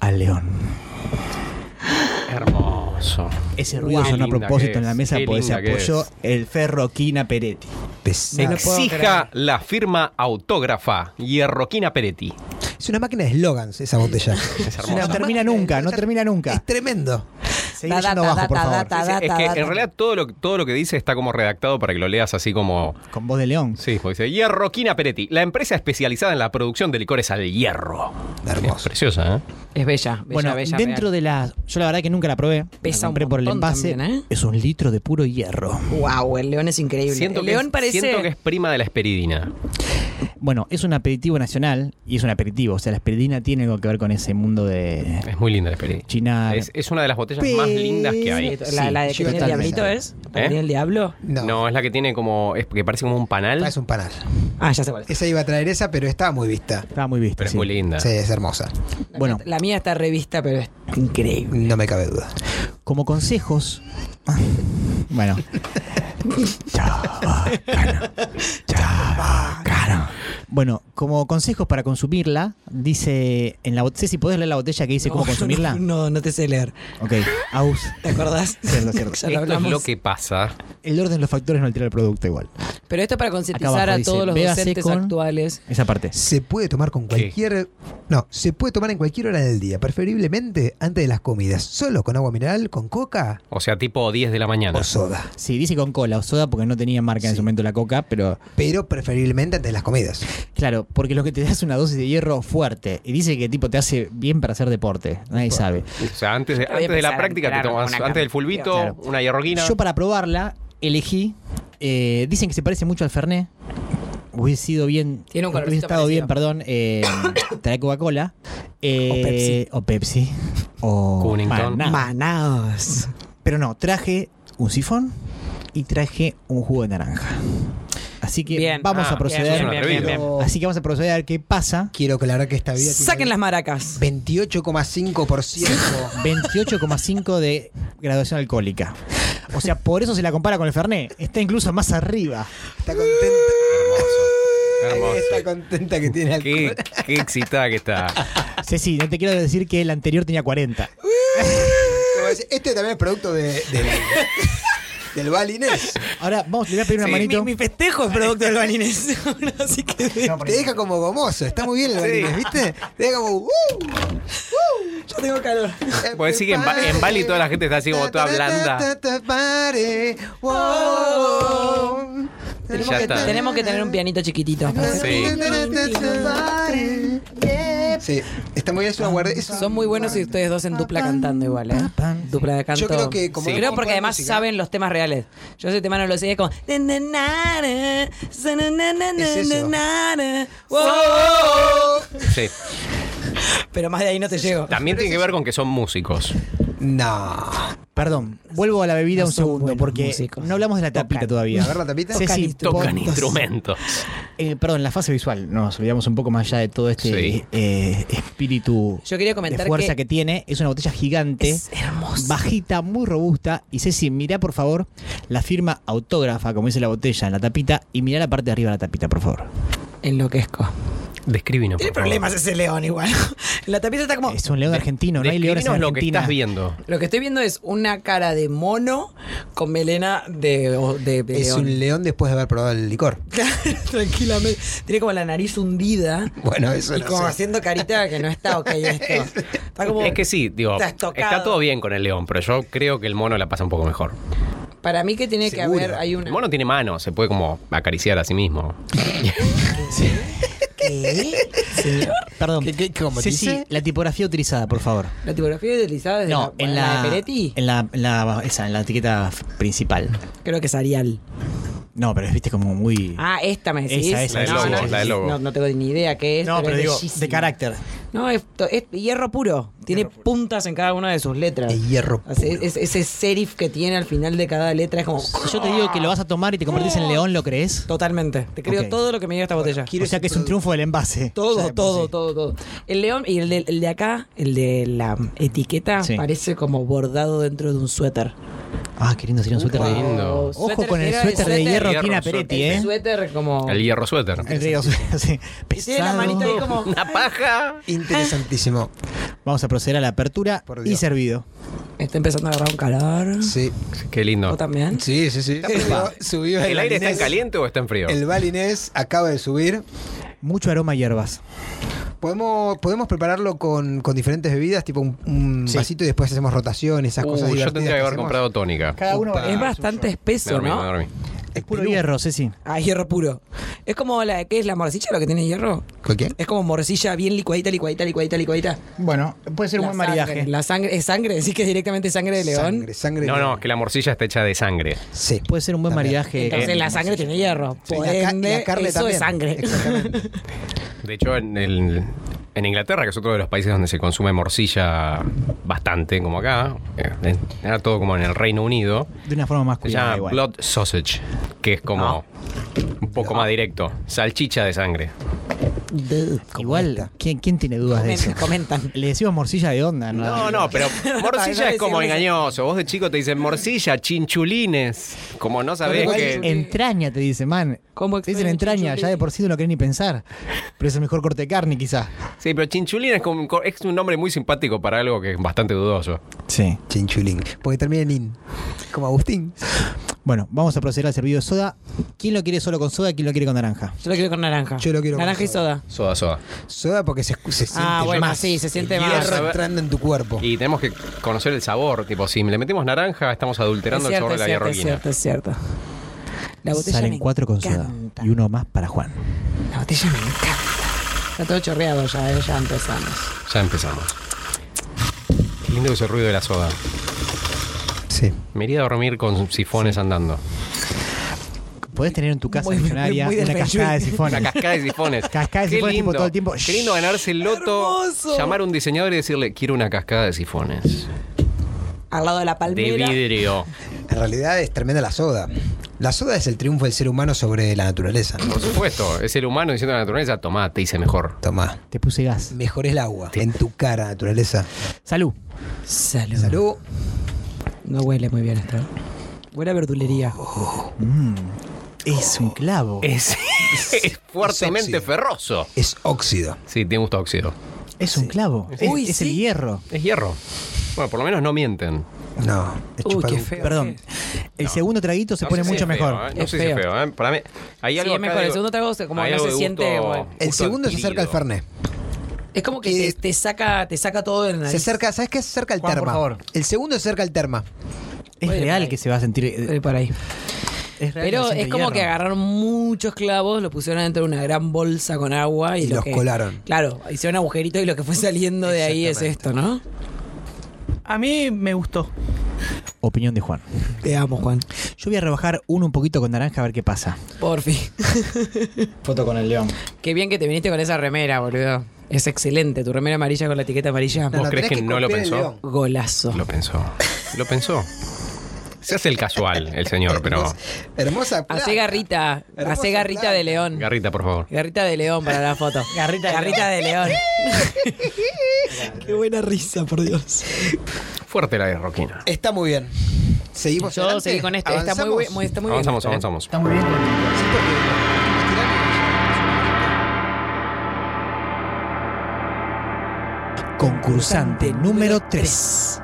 E: al león.
A: Hermoso.
E: Ese ruido
A: Qué
E: sonó a
A: linda
E: propósito
A: que
E: en la
A: es,
E: mesa
A: qué
E: porque se
A: linda que
E: apoyó
A: es.
E: el Ferroquina Peretti.
B: Pesado.
E: No lo puedo
A: Exija la firma autógrafa Hierroquina Peretti.
B: Es una máquina de slogans
A: (laughs)
B: esa botella.
A: Es
E: No
A: hermosa.
E: termina nunca, no termina nunca.
B: es tremendo.
E: Seguí
C: Da, da,
E: yendo
C: da,
E: abajo, por
C: da, da,
E: favor.
C: da, da.
A: Es que en realidad todo lo, todo lo que dice está como redactado para que lo leas así como.
E: Con voz de león.
A: Sí, como dice Hierroquina Peretti, la empresa especializada en la producción de licores al hierro. Es
B: Hermoso.
A: preciosa, ¿eh?
C: Es bella, bella,
E: bueno,
C: bella.
E: dentro de la. Yo la verdad que nunca la probé.
C: Pesa
E: la compré
C: un
E: por el
C: montón
E: envase.
C: también, ¿eh?
E: Es un litro de puro hierro.
C: Wow, el león es increíble.
A: Siento
C: el
A: que,
C: león
A: es,
C: parece.
A: siento que es prima de la esperidina.
E: Bueno, es un aperitivo nacional y es un aperitivo. O sea, la esperidina tiene algo que ver con ese mundo de
A: Es muy linda la esperidina.
E: China.
A: Es, es una de las botellas más
E: Pero-
A: lindas que hay.
E: Sí,
C: La, la de que
E: yo
C: tiene el
E: totalmente.
C: diablito es. ¿La que
A: ¿Eh?
C: tiene el diablo?
B: No,
A: No, es la que tiene como. Es que parece como un panal.
B: es un panal.
C: Ah, ya sé cuál es.
B: Esa iba a traer esa, pero estaba muy vista.
E: Estaba muy vista.
A: Pero es
E: sí.
A: muy linda.
B: Sí, es hermosa.
E: Bueno,
C: La mía está revista, pero es increíble.
B: No me cabe duda.
E: como consejos. (laughs) bueno. Chabacano, chabacano. Bueno, como consejos para consumirla, dice en la botella, si podés leer la botella que dice cómo consumirla.
C: No, no te sé leer.
E: Ok, aus.
C: ¿Te acordás?
E: Cierto, cierto.
C: (laughs)
A: Esto
C: Ya lo
A: es
C: hablamos.
A: lo que pasa.
E: El orden de los factores no altera el producto igual.
C: Pero esto es para
E: Acá
C: concientizar
E: abajo
C: a
E: dice,
C: todos los
E: "Bébase
C: docentes
E: con-"
C: actuales.
E: Esa parte.
B: Se puede tomar con cualquier. No, se puede tomar en cualquier hora del día, preferiblemente antes de las comidas, solo con agua mineral, con coca
A: O sea, tipo 10 de la mañana.
B: o soda.
E: Sí, dice con cola o soda porque no tenía marca en ese momento la coca, pero
B: Pero preferiblemente antes de las comidas.
E: claro, porque lo que te da es una dosis de hierro fuerte. Y dice que tipo te hace bien para hacer deporte. Nadie sabe.
A: O sea, antes de,
C: Voy a
A: antes de la
C: empezar a
A: práctica te
C: entrar
A: tomas.
C: una
A: Antes del
C: carne.
A: fulbito,
E: Claro.
A: una hierroquina.
E: Yo para probarla elegí. eh, dicen que se parece mucho al Fernet. Hubiese sido bien.
C: Tiene un
E: Hubiese
C: colorcito
E: estado bien,
C: parecido.
E: perdón. Eh, (coughs) traer Coca-Cola. eh, o Pepsi. O
A: Cunnington.
E: Maná.
C: Manaos.
E: Pero no, traje un sifón y traje un jugo de naranja. Así que
C: Bien.
E: vamos
A: Ah,
E: a proceder.
A: bien, bien, bien, bien,
E: Así que vamos a proceder a ver qué pasa.
B: Quiero aclarar que esta vida. tiene
C: Saquen las maracas.
A: (laughs)
B: 28,5%.
E: 28,5 de graduación alcohólica. O sea, por eso se la compara con el Fernet. Está incluso más arriba.
B: Está contenta.
A: Hermoso.
B: Está contenta que tiene
A: Qué,
B: alcohol.
A: qué excitada que está.
E: Ceci, no te quiero decir que el anterior tenía 40.
B: Como decía, Este también es producto de, del, del balinés.
E: Ahora, vamos, le voy a pedir una
A: Sí,
E: manito.
C: Mi festejo es producto del balinés. (laughs) Así que.
E: No, por
B: Te
E: ahí.
B: deja como gomoso. Está muy bien el balinés, ¿viste? Te deja como. ¡Uh! Eh,
F: Yo tengo calor.
A: Porque sí que en, Ba- en Bali toda la gente está así como toda blanda.
B: Tenemos
A: Ya
C: Tenemos que,
A: está.
C: tenemos que tener un pianito chiquitito. para hacer-
A: Sí.
B: Sí, está muy bien, es una guarde- es un-
C: Son muy buenos y ustedes dos en dupla cantando igual, ¿eh? Dupla de canto.
B: Yo creo que como
A: Sí.
C: Creo porque además saben los temas reales. Yo ese tema no lo sé, es como... Oh,
A: Sí.
C: Pero más de ahí no te llego.
A: También tiene que ver con que son músicos.
B: No.
E: Perdón, vuelvo a la bebida
C: No
E: un
C: son
E: segundo
C: buenos
E: porque
C: músicos.
E: no hablamos de la tapita
C: Tocan.
E: todavía.
B: A ver la tapita.
E: Ceci,
A: Tocan
E: pon-
A: instrumentos.
E: Eh, perdón, la fase visual, nos olvidamos un poco más allá de todo este
A: Sí.
E: eh, espíritu
C: Yo quería
E: de
C: comentar
E: fuerza que...
C: que...
E: tiene. Es una botella gigante,
C: es hermoso.
E: bajita, muy robusta. Y Ceci, mirá por favor la firma autógrafa, como dice la botella, en la tapita. Y mirá la parte de arriba de la tapita, por favor.
C: Enloquezco.
A: Describinos.
C: Tiene
A: por favor.
C: problemas ese león igual. (laughs) La tapita está como...
E: Es un león argentino, no hay leones en
A: Describinos lo que
E: Argentina.
A: estás viendo.
C: Lo que estoy viendo es una cara de mono con melena de, o- de, de
B: Es
C: león.
B: un león después de haber probado el licor.
C: (laughs) Tranquilamente. Tiene como la nariz hundida.
B: Bueno, eso
C: Y
B: no
C: como
B: sé.
C: haciendo carita que no está ok esto. Está como...
A: Es que sí, digo,
C: Estás tocado.
A: está todo bien con el león, pero yo creo que el mono la pasa un poco mejor.
C: Para mí que tiene
B: Seguro.
C: que haber... Hay una...
A: El mono tiene manos, se puede como acariciar a sí mismo.
C: ¿Qué? Señor.
E: Perdón.
B: ¿Qué- qué- cómo
E: Ceci,
B: dice?
E: la tipografía utilizada, por favor.
C: La tipografía utilizada de
E: No,
C: la,
E: en
C: la
E: la,
C: de Peretti.
E: en la, en la- esa, en la etiqueta principal.
C: Creo que es Arial.
E: No, pero es, viste como muy.
C: Ah, esta me decís.
E: Esa, esa,
A: La del
C: no,
A: logo,
C: no,
A: la del logo.
C: No, no tengo ni idea qué es.
E: no, pero
C: es
E: digo,
C: bellísima.
E: de carácter.
C: No, es, to- es hierro puro. Tiene puntas en cada una de sus letras.
B: El hierro
C: Hace- es- ese serif que tiene al final de cada letra es como.
E: Si yo te digo que lo vas a tomar y te convertís en león, ¿lo crees?
C: Totalmente. Te creo
E: Ok.
C: todo lo que me diga esta botella.
E: O sea que es un triunfo del envase. Ya
C: Todo,
E: de por
C: todo,
E: sí.
C: todo, todo. El león y el de, el de acá, el de la etiqueta,
E: Sí.
C: parece como bordado dentro de un suéter. Oh,
E: Ah, qué lindo sería un suéter de
A: lindo.
E: Ojo
C: Suéter
E: con el
C: era
E: suéter de hierro
A: Hierro,
E: Tina
A: suéter.
E: Peretti,
C: El
E: ¿eh?
C: suéter como.
A: El hierro suéter.
E: El río, (laughs) sí.
C: Tiene la
E: Pesado.
C: manita ahí
A: (laughs)
C: como.
A: Una paja.
B: Interesantísimo.
E: Vamos a proceder a la apertura
B: Por
E: y
B: Dios.
E: servido.
C: Está empezando a agarrar un calor.
B: Sí.
A: Qué lindo.
C: ¿Vos también?
B: Sí, sí, sí. Subió
A: ¿El aire está en
B: Balinés.
A: caliente o está en frío?
B: El balinés acaba de subir.
E: Mucho aroma a hierbas.
B: Podemos, podemos prepararlo con, con diferentes bebidas, tipo un, un
E: Sí.
B: vasito y después hacemos rotación, esas
A: Uh,
B: cosas
A: yo
B: divertidas.
A: tendría que haber
B: hacemos.
A: comprado tónica.
E: Cada uno
B: Upa.
E: va-
B: Ah,
C: es bastante
A: Me
C: espeso,
A: dormí, me
C: ¿no?
A: dormí.
E: es puro hierro, Ceci.
C: Ah, es hierro puro. Es como la. ¿Qué es la morcilla lo que tiene hierro?
B: ¿Con quién?
C: Es como morcilla bien licuadita, licuadita, licuadita, licuadita.
E: Bueno, puede ser un
C: La
E: buen
C: sangre,
E: maridaje.
C: La sangre, ¿es sangre? ¿Decís que es directamente sangre de león? Pues,
B: Sangre, sangre.
A: No, no, es que la morcilla está hecha de sangre.
B: Sí.
E: Puede ser un buen
B: También.
E: maridaje.
C: Entonces
A: eh,
C: la sangre tiene hierro.
B: Sí.
C: Por
B: La ca-
C: ende,
B: la carne
C: eso es
B: también.
C: sangre. (laughs)
B: Exactamente.
A: De hecho, en, el- en Inglaterra, que es otro de los países donde se consume morcilla bastante, como acá, eh, eh, era todo como en el Reino Unido,
E: de una forma más
A: se
E: cuidada.
A: llama
E: igual.
A: blood sausage, que es como un poco más directo, salchicha de sangre.
E: Igual, ¿quién, quién tiene dudas de eso?
C: Comentan, comentan.
E: Le decimos morcilla de onda, ¿no?
A: No, no, pero
C: No
A: morcilla es como
C: decimos-
A: engañoso. Vos de chico te dicen morcilla, chinchulines. Como no sabés
E: Igual eh,
A: que.
E: Entraña te dice, man.
C: ¿Cómo
E: te dicen entraña, ya de por sí no lo querés ni pensar. Pero es el mejor corte de carne, quizás.
A: Sí, pero chinchulines es, como- es un nombre muy simpático para algo que es bastante dudoso.
E: Sí.
B: Chinchulín. Porque termina en in. Como Agustín.
E: Bueno, vamos a proceder al servido de soda. ¿Quién lo quiere solo con soda? ¿Quién lo quiere con naranja?
C: Yo lo quiero con naranja.
B: Yo lo quiero con
C: Naranja y soda.
A: Soda, soda.
B: Soda porque se, se siente
C: Ah, bueno,
B: más.
C: sí, se siente
B: El
C: más.
B: hierro
A: Saber-
B: entrando en tu cuerpo.
A: Y tenemos que conocer el sabor. Tipo, si le metemos naranja, estamos adulterando
C: es cierto,
A: el sabor
C: es
A: de la
C: cierto, es
A: hierroquina.
C: cierto, es cierto. La botella
E: Salen
C: me
E: cuatro con
C: encanta.
E: soda. Y uno más para Juan.
C: La botella me encanta. Está todo chorreado ya, eh, ya empezamos.
A: Ya empezamos. Qué lindo ese ruido de la soda.
B: Sí.
A: Me iría a dormir con sifones andando.
E: Podés tener en tu casa
C: Muy-
E: millonaria
C: muy del
E: una
C: Feng
E: cascada de
C: Shui.
A: Una
E: sifones.
A: cascada de sifones.
E: Cascada de
A: Qué
E: sifones, tipo,
A: lindo.
E: todo el tiempo.
A: Qué lindo ganarse el loto,
C: Hermoso.
A: llamar a un diseñador y decirle, quiero una cascada de sifones.
C: Al lado de la
A: De
C: palmera.
A: vidrio.
B: En realidad es tremenda la soda. La soda es el triunfo del ser humano sobre la naturaleza.
A: Por supuesto, es el humano diciendo a la naturaleza, tomá, te hice mejor.
B: Tomá.
E: Te puse gas.
B: Mejor el agua. En tu cara, naturaleza.
E: Salud.
C: Salud.
B: Salud.
C: No huele muy bien esto. Huele a verdulería.
E: Es un clavo.
C: Eh,
E: Es,
A: Es, (laughs) es fuertemente
B: óxido.
A: ferroso.
B: Es óxido.
A: Sí, tiene gusto a óxido.
E: un clavo. Es,
C: Uy,
E: es
C: sí.
E: el hierro.
A: Es hierro. Bueno, por lo menos no mienten.
B: No. es
C: Uy,
B: chupar
C: qué
B: un-
C: feo.
E: Perdón. El segundo traguito se
A: No
E: pone
A: sé si
E: mucho
A: es feo,
E: mejor.
A: ¿eh? No
C: Es
A: sé si es
C: feo.
A: feo. ¿eh? Para mí, hay
C: Sí,
A: algo
C: es
A: acá
C: mejor. El
A: de-
C: segundo trago se- como
A: hay
C: no
A: algo
C: se
A: de
C: siente,
A: gusto-
C: bueno.
B: El
A: gusto
B: segundo se acerca al
A: adquirido.
B: Fernet.
C: Es como que
B: Eh,
C: te, te saca, te saca todo de la nariz.
B: Se acerca, ¿sabes qué? Se acerca el
E: Juan, por
B: terma.
E: favor.
B: El segundo se acerca el terma.
E: Es
C: Voy
E: real
C: ahí.
E: que se va a sentir. eh,
C: Voy por ahí.
E: es real
C: Pero
E: se siente
C: es como
E: hierro.
C: que agarraron muchos clavos, lo pusieron dentro de una gran bolsa con agua y,
B: Y
C: lo
B: los
C: que-
B: colaron.
C: Claro, hicieron agujeritos y lo que fue saliendo de ahí es esto, ¿no?
D: A mí me gustó.
E: Opinión de Juan.
C: Te amo, Juan.
E: Yo voy a rebajar uno un poquito con naranja a ver qué pasa.
C: Por fin. (laughs)
E: Foto con el león.
C: Qué bien que te viniste con esa remera, boludo. Es excelente, tu remera amarilla con la etiqueta amarilla.
A: No, crees que
B: tenés
A: no lo
B: copiar el
A: pensó?
B: león.
C: Golazo.
A: Lo pensó. Lo pensó. Se hace el casual, el señor, pero.
B: Hermosa- Hermosa.
C: Hacé
B: placa.
C: garrita,
B: Hermosa
C: hacé garrita
B: placa.
C: de león.
A: Garrita, por favor.
C: Garrita de león para la (laughs) foto.
E: Garrita de
C: de león. (laughs) Qué buena risa, por Dios.
A: Fuerte la de Roquina.
B: Está muy bien. Seguimos.
C: Yo
B: adelante?
C: seguí con esto. Está muy,
B: ¿Avanzamos?
C: bu- muy- está muy bien.
A: Avanzamos, avanzamos.
E: muy bien.
B: Sí,
E: Concursante número 3.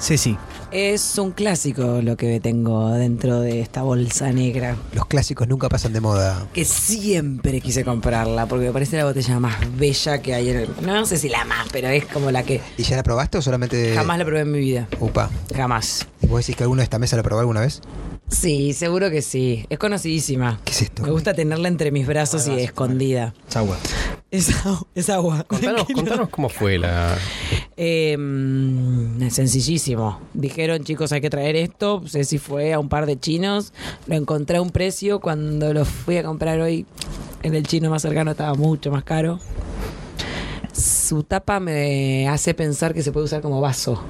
E: Ceci.
C: Es un clásico lo que tengo dentro de esta bolsa negra.
B: porque Los clásicos nunca pasan de moda.
C: Que siempre quise comprarla porque me parece la botella más bella que hay en el. No sé si la más, pero es como la que
B: ¿Y ya la probaste o solamente.?
C: jamás la probé en mi vida.
B: Upa.
C: Jamás.
B: ¿Y vos decís que alguno de esta mesa la probó alguna vez?
C: Sí, seguro que sí. Es conocidísima.
B: ¿Qué es esto?
C: Me gusta tenerla entre mis brazos y escondida.
E: Agua.
C: Es, agu- es agua. (laughs)
A: Contanos, contanos cómo fue la.
C: Eh, mm, sencillísimo. Dijeron, chicos, hay que traer esto. Ceci fue a un par de chinos. Lo encontré a un precio. Cuando lo fui a comprar hoy, en el chino más cercano estaba mucho más caro. Su tapa me hace pensar que se puede usar como vaso.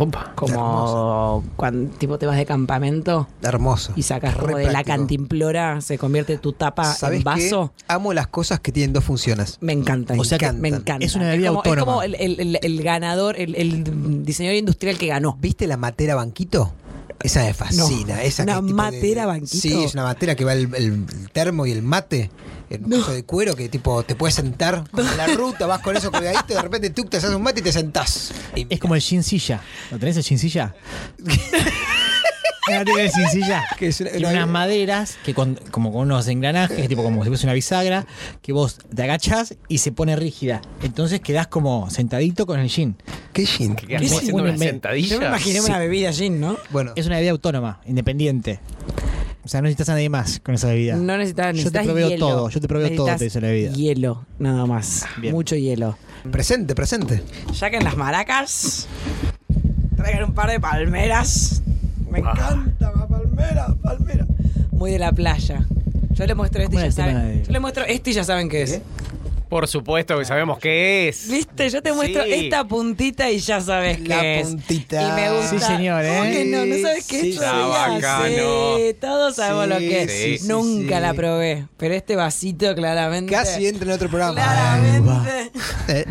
A: Opa.
C: Como cuando tipo te vas de campamento
B: Hermoso.
C: y sacas
B: Re
C: como de la
B: práctico.
C: cantimplora, se convierte tu tapa
B: ¿Sabés
C: Ah, en
B: qué?
C: vaso.
B: Amo las cosas que tienen dos funciones.
C: Me encantan.
B: O sea que
C: me encanta.
E: es una bebida
C: como,
E: autónoma.
C: como el, el- el- el ganador, el, el diseñador industrial que ganó.
B: ¿Viste la matera banquito? Esa me fascina.
C: No.
B: esa que
C: ¿Una
B: es tipo de-
C: matera banquito?
B: Sí, es una matera que va el, el- el termo y el mate. En un coso de cuero que tipo te puedes
C: (laughs)
B: sentar como en la ruta, vas con eso colgadito, de repente tú te haces un mate y te sentás. Y
E: Es como el Shin Silla. ¿Lo tenés el Shin Silla? Ahora tengo el Shin Silla.
B: Que es una-
E: Tiene
B: una-
E: unas maderas que con, como con unos engranajes, tipo como si fuese una bisagra, que vos te agachás y se pone rígida. Entonces quedás como sentadito con el Shin.
B: ¿Qué gin?
A: ¿Qué hacemos
E: Es
A: haciendo
E: un
A: una
E: invento.
C: Yo me
A: sentadilla?
C: imaginé una bebida gin, ¿no?
B: Bueno,
E: Es una bebida autónoma, independiente. O sea, no necesitas a nadie más con esa bebida.
C: No necesitas,
E: Yo te
C: necesitas
E: proveo
C: hielo.
E: todo, yo te proveo todo,
C: Necesitas
E: te dice la bebida. Ah,
C: Hielo, nada más.
E: Bien.
C: Mucho hielo.
B: presente, presente.
C: Saquen las maracas. Traigan un par de palmeras. Me
E: Ah.
C: encanta, ma, palmera, palmera. Muy de la playa. Yo le muestro este y ya
E: ¿Cómo era el tema
C: saben.
E: de-
C: Yo le muestro este y ya saben qué es.
A: Por supuesto que sabemos qué es.
C: Viste, yo te muestro
A: Sí.
C: esta puntita y ya sabes
B: La
C: qué es.
B: puntita.
C: Y me gusta.
E: Sí, señor, ¿eh?
C: ¿Cómo que no? ¿No sabes qué
B: Sí,
C: es?
A: está bacano.
C: Sí, todos sabemos
B: Sí,
C: lo que es.
A: sí, sí,
C: Nunca
B: sí.
C: la probé. Pero este vasito claramente.
B: Casi entra en otro programa.
C: Claramente.
B: Eh,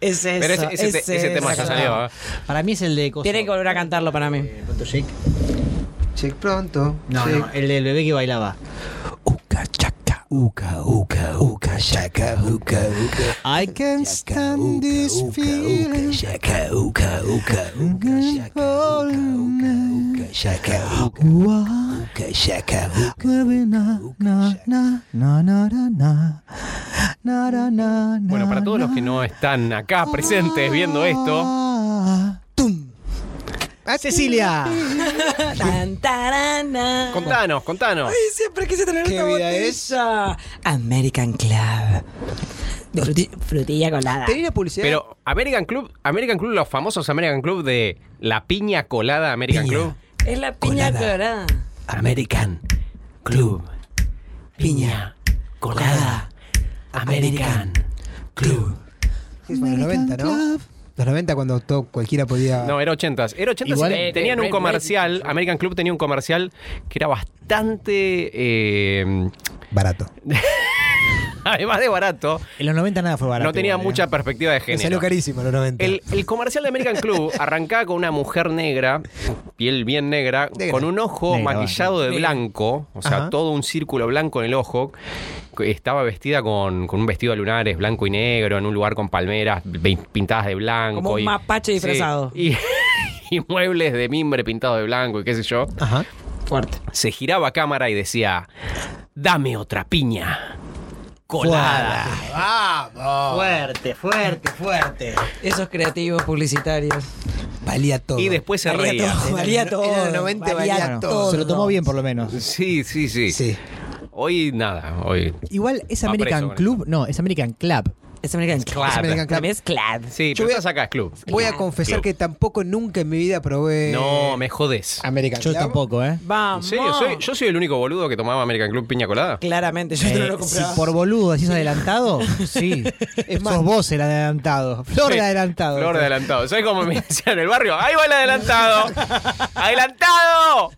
C: Es eso.
A: Pero ese, ese-
C: es
A: ese tema
C: eso.
A: ya salió. ¿eh?
E: Para mí es el de... coso.
C: Tienen que volver a cantarlo para mí.
E: Eh, ¿cuánto shake?
B: Check pronto.
E: No,
B: check.
E: no, el del bebé que bailaba.
B: Uka chaka, uka, uka, uka, shaka, uka, uka.
E: I can't stand this feeling.
B: shaka, uka, uka, uka, shaka, uka, uka, uka, shaka, uka,
E: Why?
B: uka, shaka, uka.
A: Bueno,
E: Bueno,
A: para todos los que no están acá presentes viendo esto,
E: Cecilia.
C: Tan, tarana.
A: contanos, contanos.
C: Ay, siempre quise tener
B: ¿Qué
C: esta
B: vida
C: botella.
B: es?
C: American Club. De fruti- frutilla colada.
B: Tenía una publicidad.
A: Pero American Club, American Club, los famosos American Club de la piña colada American
B: Piña.
A: Club.
C: Es la piña
B: Colada.
C: colada.
B: American Club. Piña. Colada. American Club. Es de los 90, ¿no? Los 90 cuando todo, cualquiera podía.
A: No, era 80s. Era 80s.
E: Igual-
A: y te- tenían un comercial, American Club tenía un comercial que era bastante, eh, (laughs)
B: Barato.
A: además de barato,
E: En los 90 nada fue barato.
A: no tenía
E: igual, ¿eh?
A: mucha perspectiva de
B: Me salió
A: género.
B: carísimo los 90.
A: El, el comercial de American
B: (laughs)
A: Club arrancaba con una mujer negra, piel bien negra,
B: Negra.
A: con un ojo
E: Negra,
A: maquillado de blanco, o sea,
B: Ajá.
A: todo un círculo blanco en el ojo. que Estaba vestida con, con un vestido de lunares blanco y negro, en un lugar con palmeras pe- pintadas de blanco.
C: Como un
A: y-
C: mapache disfrazado.
A: Sí, y, (laughs) y muebles de mimbre pintado de blanco y qué sé yo.
B: Ajá.
C: Fuerte.
A: Se giraba a cámara y decía, dame otra piña colada.
E: Fuerte, fuerte, fuerte.
C: Esos creativos publicitarios.
B: Valía todo.
A: Y después se
C: Valía
A: reía.
C: todo, valía todo.
B: Era 90, valía
E: Bueno,
B: todo.
E: se lo tomó bien por lo menos.
A: Sí, sí, sí.
B: Sí.
A: Hoy nada, hoy.
E: Igual es
A: Va
E: American
A: preso con
E: Club, no, es American Club.
C: Es American Club.
A: Es American
B: Club.
C: Para mí es Club.
A: Sí,
B: Yo
A: pero
B: voy a-
A: estás acá, es club.
B: Voy a confesar
A: Club.
B: que tampoco nunca en mi vida probé.
A: No, me jodés.
B: American
E: Yo
B: Club.
E: tampoco, ¿eh?
A: ¿En
C: Vamos.
A: serio? Soy- yo soy el único boludo que tomaba American Club piña colada.
C: Claramente, yo no
E: Eh,
C: lo
E: si
C: compraba.
E: por boludo decís adelantado, sí.
B: Es más-
E: Sos vos el adelantado. Flor
A: Sí.
E: de adelantado.
A: Flor de adelantado. ¿Sabes cómo me (laughs) decían en el barrio? ¡Ahí va el
B: (laughs)
A: adelantado! ¡Adelantado!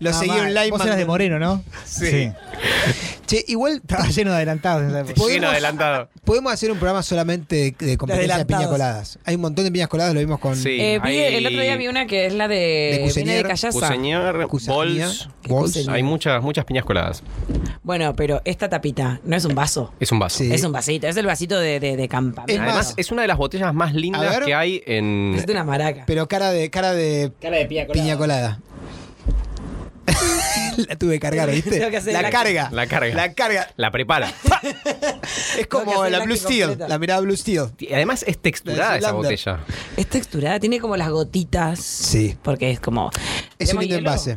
B: Lo
E: Mamá,
B: seguí online.
E: Vos eras de Moreno, ¿no?
A: Sí.
B: Che, igual
E: Estaba lleno de adelantados en esa época.
B: ¿Podemos?
A: Lleno adelantado.
B: podemos hacer un programa solamente de, de competencia de
C: adelantados.
B: piña coladas. Hay un montón de piñas coladas, lo vimos con.
A: Sí.
C: Eh, vi-
A: Ahí-
C: El otro día vi una que es la de.
B: De
C: viene
B: Cuseñer.
C: de Callaza.
A: Cuseñar,
B: Cusanía,
A: bols.
B: Bols.
A: Hay muchas, muchas piñas coladas.
C: Bueno, pero esta tapita no es un vaso.
A: Es un vaso.
B: Sí.
C: Es un vasito. Es el vasito de, de, de campamento.
B: Es
A: Además,
B: más-
A: es una de las botellas más
B: A
A: lindas
B: ver.
A: que hay en.
C: Es de una maraca.
B: Pero cara de cara de
C: Cara de pía
B: piña
C: (laughs)
B: colada. la tuve que cargar, ¿viste?
C: Tengo que hacer
B: la,
C: la-
B: carga.
A: La carga.
B: La carga.
A: La
B: (laughs)
A: prepara.
B: Es
C: Tengo que
B: como
C: hacer
B: la
C: la
B: Blue
C: que
B: Steel,
C: completa.
B: la mirada Blue Steel.
A: Y Además, es
B: La
A: texturada
B: de
A: esa
B: Zoolander.
A: botella.
C: Es texturada, tiene como las gotitas.
B: Sí.
C: Porque es como.
B: Es un
C: ¿Tenemos
B: lindo
C: hielo?
B: envase.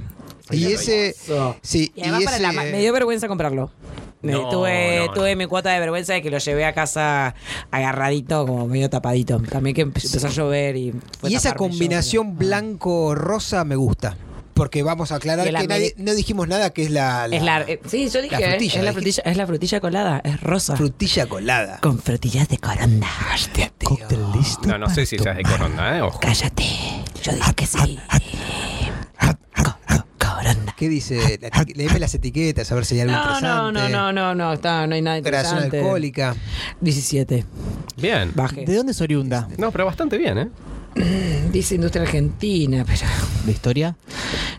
B: Y ese.
C: Eso.
B: Sí,
C: Y además
B: y eh,
C: para la
B: ese-
C: ma- me dio vergüenza comprarlo. Me-
A: No,
C: tuve
A: no,
C: tuve
A: no.
C: mi cuota de vergüenza de que lo llevé a casa agarradito, como medio tapadito. También que empe- empezó a llover y. fue
B: Y esa
C: taparme yo,
B: combinación
C: pero-
B: blanco-rosa me gusta. Porque vamos a aclarar
C: Y el
B: que nadie-
C: ameri-
B: no dijimos nada que es la, la
C: Es la, eh, sí, yo dije,
B: la
C: eh,
B: frutilla,
C: es, la
B: dije.
C: frutilla, es la frutilla colada, es rosa.
B: frutilla colada.
C: Con frutillas de corona.
E: Cóctel listo.
A: No, no sé si esa es de corona, ¿eh? Ojo.
C: Cállate. Yo
B: Ah,
C: dije que sí. Co- Corona.
B: ¿Qué dice? La eti- Léeme las etiquetas a ver si hay algo
C: No, no,
B: interesante.
C: no, no, no, no, está, no hay nada
B: Operación
C: interesante.
B: alcohólica.
C: 17.
A: Bien.
C: Bajé.
E: ¿De dónde es oriunda?
A: No, pero bastante bien, ¿eh?
C: Dice industria argentina, pero
E: ¿De historia?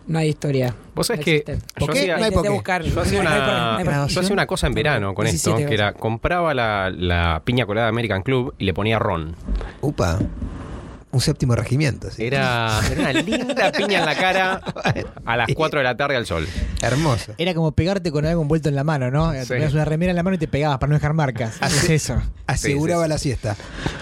C: no hay historia.
A: Vos sabés
C: No
A: que
C: existe.
A: yo
B: ¿Por qué?
A: hacía-
B: No hay por qué.
C: buscar.
A: Yo hacía
C: No hay por-
A: una,
C: no hay por-
A: yo hacía una cosa en verano con esto,
C: 17
A: que era compraba la, la piña colada American Club y le ponía ron.
B: Upa. Un séptimo regimiento.
A: Eh,
B: sí.
A: Era, era una
B: (laughs)
A: linda piña en la cara a las 4 de la tarde al sol.
B: Hermoso.
A: eh,
E: Era como pegarte con algo envuelto en la mano, ¿no? Te
A: Sí.
E: ponías una remera en la mano y te pegabas para no dejar marcas. Haces eso.
A: Sí, sí,
B: Aseguraba
A: sí.
B: la siesta.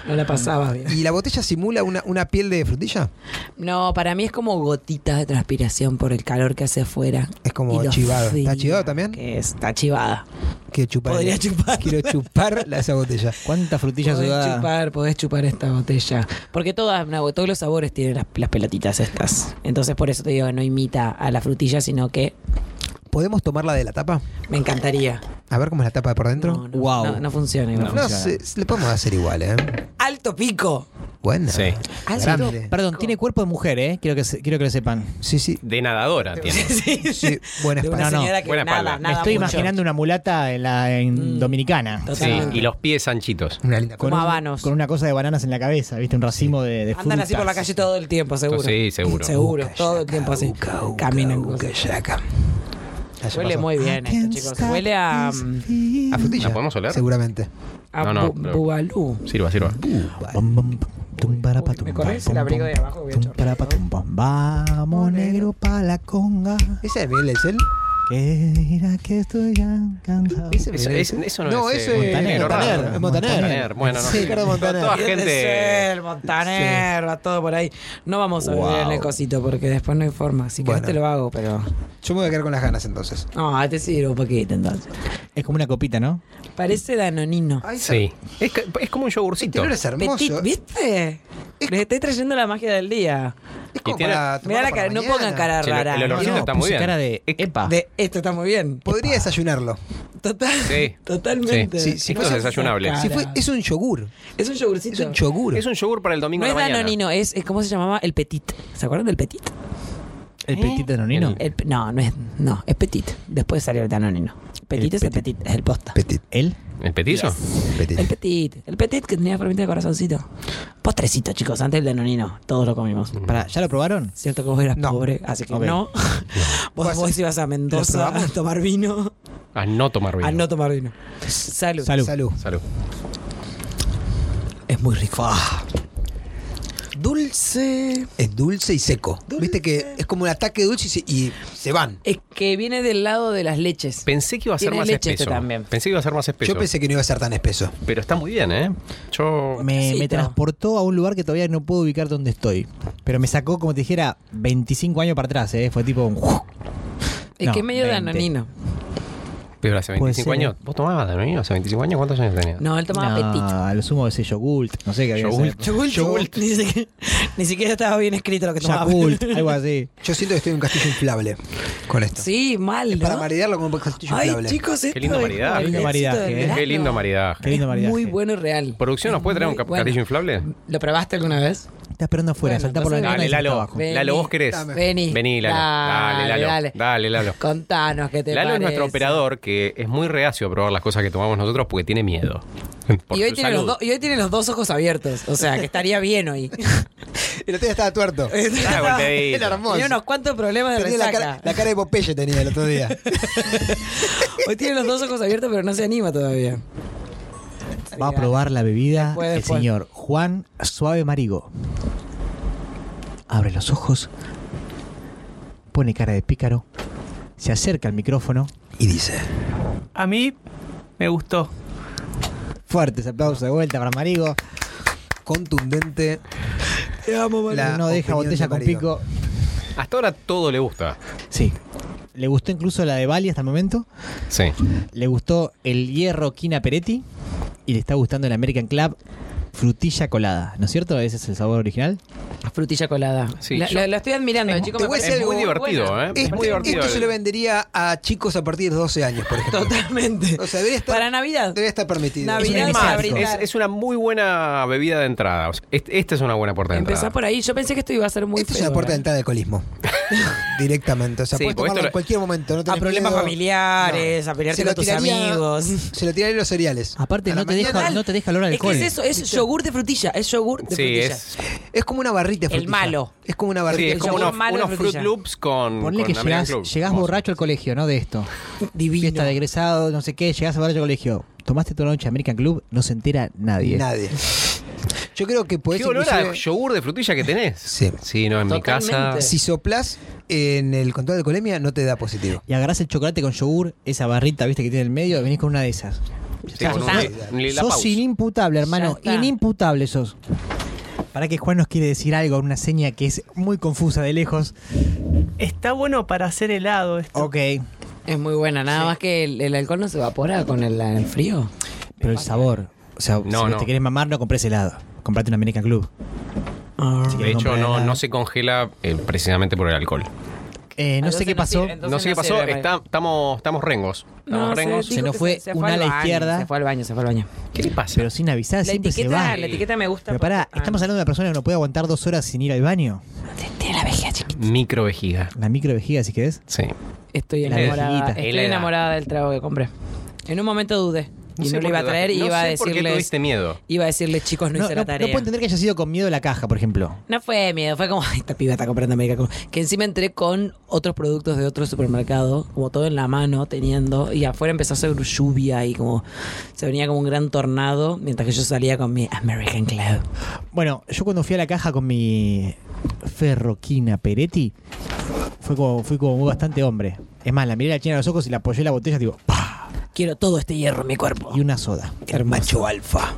C: No la pasaba bien.
B: ¿Y la botella simula una, una piel de frutilla?
C: No, para mí es como gotitas de transpiración por el calor que hace afuera.
B: Es como
C: Y lo
B: chivado. ¿Está
C: fría
B: chivado también?
C: que es, está chivada.
B: Quiero chupar.
C: Podría chupar.
B: Quiero chupar la- esa botella.
E: ¿Cuántas frutillas
C: Podés
E: sudadas?
C: chupar, podés chupar esta botella. Porque todas, Nabo, todos los sabores tienen las, las pelotitas estas. Entonces por eso te digo, no imita a la frutilla, sino que
B: ¿Podemos tomarla de la tapa?
C: me encantaría.
B: A ver cómo es la tapa por dentro.
C: No, no,
E: Wow.
C: no, no funciona. igual.
B: No,
E: funciona.
B: sé, le podemos hacer igual, ¿eh?
C: Alto pico. (laughs)
B: Buena.
A: Sí.
C: Alto
B: Grande.
E: Perdón, tiene cuerpo de mujer, ¿eh? Quiero que, se- quiero que lo sepan.
B: Sí, sí.
A: De nadadora, entiendo.
C: Sí,
B: Sí, buena
C: de
B: espalda.
C: una
E: No, no.
C: señora que
A: Buena
C: nada,
A: espalda.
C: nada
E: Me estoy
C: mucho.
E: imaginando una mulata en la en
C: Mm.
E: dominicana.
A: Sí,
C: Totalmente.
A: y los pies anchitos.
B: Una linda
E: Con
C: Como
E: un-
C: habanos.
E: Con una cosa de bananas en la cabeza, ¿viste? Un racimo de, de
C: Andan así por la
E: frutas.
C: calle todo el tiempo, seguro.
A: Sí, seguro.
C: Seguro,
B: Uca,
C: todo el
B: yaca,
C: tiempo así.
B: uca, uca,
C: Caminan.
B: uca,
C: cosas.
B: yaca. Ah, ya
C: Huele
B: pasó.
C: muy bien esto, chicos. Huele a, mm,
B: A frutilla.
A: ¿La podemos oler?
B: Seguramente.
C: a
A: No, no,
C: bu-
A: pero-
C: bubalú.
A: Sirva, sirva.
E: Bum, bum, tum, para, pa,
C: Uy, me
E: tum,
C: corres
E: pam,
C: el abrigo
E: pum,
C: de abajo, voy a
E: tum,
C: chorrear.
E: para, pa, tum, pam. Vamos, negro, pa' la conga.
B: ¿Esa es Miguel del Cel?
E: Que mira que estoy ya cansado.
B: ¿Ese
A: Eso-
B: Miguel
A: es-
B: del Cel?
A: eso no es,
B: eso
A: eh,
B: es
E: Montaner,
B: Montaner.
E: Montaner.
B: es Montaner.
A: Montaner, bueno, no
B: Sí,
A: sé.
B: Ricardo Montaner.
A: Toda
C: Bien de
A: gente.
C: ser, Montaner, va todo por ahí. No vamos a
E: Wow.
C: volver en el cosito porque después no hay forma. Si querés
B: Bueno.
C: te lo hago, pero.
B: Yo me voy a quedar con las ganas entonces.
C: No, te sirve un poquito entonces.
E: Es como una copita, ¿no?
C: Parece danonino.
B: Ay,
A: Sí. Es, que- es como un yogurcito.
B: Pero es hermoso.
C: Petit, ¿viste? Les estoy trayendo la magia del día.
B: Es como
A: Y tiene-
B: para
C: Mirá la
B: tomarlo
C: cara,
B: para
C: no
B: mañana. Ah.
C: pongan cara
A: Che, lo-
C: rara.
A: el olorcito
E: No,
A: está muy
E: puse
A: bien.
E: cara de
A: Es-
E: epa.
C: De- esto está muy bien.
B: Podría desayunarlo.
C: Total,
A: Sí.
C: Totalmente.
A: Sí. Esto es desayunable.
C: Cara.
B: Si fue- es un yogur.
C: Es un yogurcito.
B: Es un yogur.
A: Es un yogur para el domingo
C: no
A: a
C: es
A: la mañana.
C: danonino, es, es- ¿cómo se llamaba? El petit. ¿Se acuerdan del petit?
E: ¿Eh? El petit danonino.
A: El-
C: El pe- no, no es, no, es petit. Después salió el danonino. Petit
E: El
C: es el
E: petit.
C: petit, es el posta.
B: Petit,
E: ¿El?
A: ¿El petizo?
B: petit.
C: El petit, el petit que tenía formita de corazoncito. Postrecito, chicos, antes del danonino, todos lo comimos.
E: Para, ¿Ya lo probaron?
C: Cierto que vos eras
B: No.
C: pobre, así que
E: Ok.
C: no. (laughs) Vos,
B: Pues,
C: vos ibas a Mendoza a
B: probamos?
C: tomar vino,
A: A no tomar vino.
C: a no tomar vino. Salud.
E: Salud.
B: Salud.
A: Salud.
C: Es muy rico. Dulce.
B: Es dulce y seco. Viste que es como un ataque dulce y se, y se van.
C: Es que viene del lado de las leches.
A: Pensé que iba a ser
C: Tiene
A: más
C: leche este
A: espeso.
C: también.
A: Pensé que iba a ser más espeso.
B: Yo pensé que no iba a ser tan espeso.
A: Pero está muy bien, ¿eh? Yo.
E: Me, me
C: Cosita.
E: transportó a un lugar que todavía no puedo ubicar donde estoy. Pero me sacó, como te dijera, 25 años para atrás, ¿eh? Fue tipo. un-
C: es
E: No,
C: que es medio
E: 20.
C: danonino.
A: Pero hace
E: Puede
A: 25
E: ser,
A: años. ¿Vos tomabas Danonino hace 25 años? ¿Cuántos años tenías?
C: No, él tomaba petit.
E: No, a lo sumo ese yogurt. No sé qué había. en esa
A: Yogurt.
E: época.
C: Yogurt. (laughs) Ni, siquiera, ni siquiera estaba bien escrito lo que tomaba. (laughs)
E: Yogurt, algo así.
B: Yo siento que estoy en un castillo inflable con esto.
C: Sí, mal, ¿no?
B: Para maridarlo con un castillo
C: Ay,
B: inflable.
C: chicos, esto
A: Qué lindo
C: es
A: maridaje.
C: como el
E: Lindo
C: éxito
E: maridaje,
C: del
E: ¿eh?
C: verano.
A: Qué lindo maridaje.
E: Qué lindo maridaje.
C: Muy bueno y real.
A: ¿Producción nos
C: Es
A: puede traer un
C: muy
A: cap-
C: bueno.
A: castillo inflable?
C: ¿Lo probaste alguna vez?
E: Está esperando afuera,
C: Bueno,
E: saltá por la
C: entonces-
E: ventana
A: Dale,
E: y saltá
A: Lalo.
E: abajo.
C: Vení.
A: Lalo, vos querés.
B: Dame.
C: Vení.
A: Vení, Lalo. Dale, Lalo.
C: Dale.
A: Dale, Lalo.
C: Contanos qué te
A: Lalo es
C: parece.
A: nuestro operador que es muy reacio a probar las cosas que tomamos nosotros porque tiene miedo. Por
C: Y hoy,
A: su
C: tiene los
A: (laughs) salud.
C: do- y hoy tiene los dos ojos abiertos. O sea, que estaría
A: (laughs)
C: bien hoy.
B: El otro día estaba tuerto.
C: Eh,
A: Ah,
C: (laughs)
A: golpeadito.
B: Era hermoso.
C: Tiene unos cuantos problemas de
B: Tenía la, cara,
C: resaca.
B: la cara de Popeye tenía el otro
C: (laughs)
B: día.
C: Hoy tiene los dos ojos abiertos, pero no se anima todavía.
E: Va a probar la bebida
C: Después,
E: el
C: después.
E: señor Juan Suave Marigo. Abre los ojos, pone cara de pícaro, se acerca al micrófono.
B: Y dice.
D: A mí me gustó.
E: Fuertes aplausos de vuelta para Marigo.
B: Contundente.
E: Te amo,
B: Marigo.
E: No deja
B: Opinión
E: botella
B: de
E: con
B: Marigo.
E: pico.
A: Hasta ahora todo le gusta.
E: Sí. Le gustó incluso la de Bali hasta el momento.
A: Sí.
E: Le gustó el hierro Quina Peretti. Y le está gustando el American Club frutilla colada. ¿No es cierto? Ese es el sabor original.
C: Frutilla colada.
A: Sí,
C: la,
A: yo-
C: la- la estoy admirando,
B: Es-
C: chicos.
B: te
C: me
B: voy a
A: Es,
B: decir
C: parece
B: algo
A: muy divertido,
C: buena.
A: ¿eh?
B: Este-
A: es muy divertido.
B: Esto yo lo vendería a chicos a partir de los 12 años, por ejemplo.
C: Totalmente.
B: O sea, debería estar,
C: Para Navidad.
B: debería estar permitido.
C: Navidad
B: Es un
C: para
B: iniciático.
C: brindar.
A: Es, es una muy buena bebida de entrada. O sea, est- esta es una buena puerta de
C: Empezá
A: entrada.
C: por ahí. Yo pensé que esto iba a ser muy
B: Esto es
C: feo,
B: una puerta de entrada
C: ¿verdad?
B: de
C: (laughs)
B: alcoholismo. Directamente. O sea,
A: Sí,
B: puedes
A: porque esto
B: tomarlo
A: lo-
B: en cualquier momento. No tenés
C: A Ah, problemas
B: miedo.
C: familiares, a pelearte
B: Se lo
C: con tus
B: tiraría-
C: amigos.
B: (laughs)
C: (laughs)
B: Se lo tiraría en los cereales.
E: Aparte,
B: A
E: no
B: la
E: te, deja,
B: mañana-
E: no te deja el olor al
C: Es que
E: alcohol.
C: es eso, es yogur de frutilla, es yogur de
A: Sí,
C: frutilla.
A: es,
B: Es como una barrita de
C: El
B: frutilla.
C: malo.
B: Es como una
A: sí,
B: barrita.
A: es
C: El
A: como
C: yogur
A: unos,
C: malo
A: unos
C: de
A: Fruit
C: frutilla.
A: Loops con,
E: Ponle
A: Mm, con
E: que
A: American
E: llegás,
A: Club.
E: llegás
A: Hermoso.
E: borracho al colegio, ¿no? De esto.
C: Divino.
E: Fiesta de egresado, no sé qué, llegás borracho al colegio. Tomaste toda la noche American Club, no se entera nadie.
B: Nadie. (laughs) Yo creo que podés
A: ¿Qué olor a
B: inclusive-
A: yogur de frutilla que tenés?
B: Sí.
A: Sí, no, en mi casa.
C: Totalmente.
B: Si soplas en el control de colemia, no te da positivo.
E: Y agarrás el chocolate con yogur, esa barrita, viste, que tiene en el medio, y venís con una de esas.
A: Sí,
E: Ya
A: con
E: está.
A: un- un- la
E: sos
A: pausa.
E: inimputable, hermano.
C: Ya está.
E: Inimputable sos. Para que Juan nos quiere decir algo, una seña que es muy confusa de lejos.
D: Está bueno para hacer helado esto.
E: Ok.
C: Es muy buena, nada más que el, el alcohol no se evapora con el, el frío.
E: Pero el sabor. O sea, si vos
A: no.
E: te querés mamar, no compres helado. Comprate un American Club. Si
A: De
E: querés
A: hecho,
E: comprar
A: no,
E: helado.
A: no se congela eh, precisamente por el alcohol.
E: Eh, no
C: Entonces
E: sé qué
C: Ah, no
E: pasó.
C: sirve, entonces
A: no sé qué pasó,
C: sirve.
A: está- estamos, estamos rengos. Estamos
C: No,
A: rengos.
C: dijo
E: nos
C: que
E: fue
C: fue
E: una a
C: al
E: la
C: baño,
E: izquierda.
C: Se fue al baño, se fue al baño.
A: ¿Qué le pasa?
E: Pero sin avisar,
C: La
E: siempre se
C: etiqueta,
E: va.
C: la etiqueta me gusta.
E: Pero pará,
C: porque-
E: estamos
C: Ah,
E: hablando de una persona que no puede aguantar dos horas sin ir al baño.
C: Tiene la vejiga chiquita.
A: Microvejiga.
E: La microvejiga, si querés.
A: Sí.
C: Estoy
E: La
C: enamorada.
E: vejiguita.
A: Es
C: Estoy
A: la edad.
C: enamorada del trago que compré. En un momento dudé. Y no,
A: sé
C: lo
A: por
C: iba a
A: qué-
C: traer y
A: no
C: iba a
A: sé por qué
C: decirles.
A: tuviste miedo.
C: Iba a decirles, chicos, no, hice la tarea. No,
E: puedo entender que haya sido con miedo la caja, por ejemplo.
C: fue miedo, fue como, "Ay, esta piba está comprando América. Club". Que encima entré con otros productos de otro supermercado, como todo en la mano, teniendo. Y afuera empezó a hacer lluvia y como. Se venía como un gran tornado mientras que yo salía con mi American Club.
E: Bueno, yo cuando fui a la caja con mi ferroquina Peretti, fue como, fui como bastante hombre. Es más, la miré a la china a los ojos y la apoyé en la botella, digo, ¡pah!
C: Quiero todo este hierro en mi cuerpo.
E: Y una soda.
B: El macho alfa.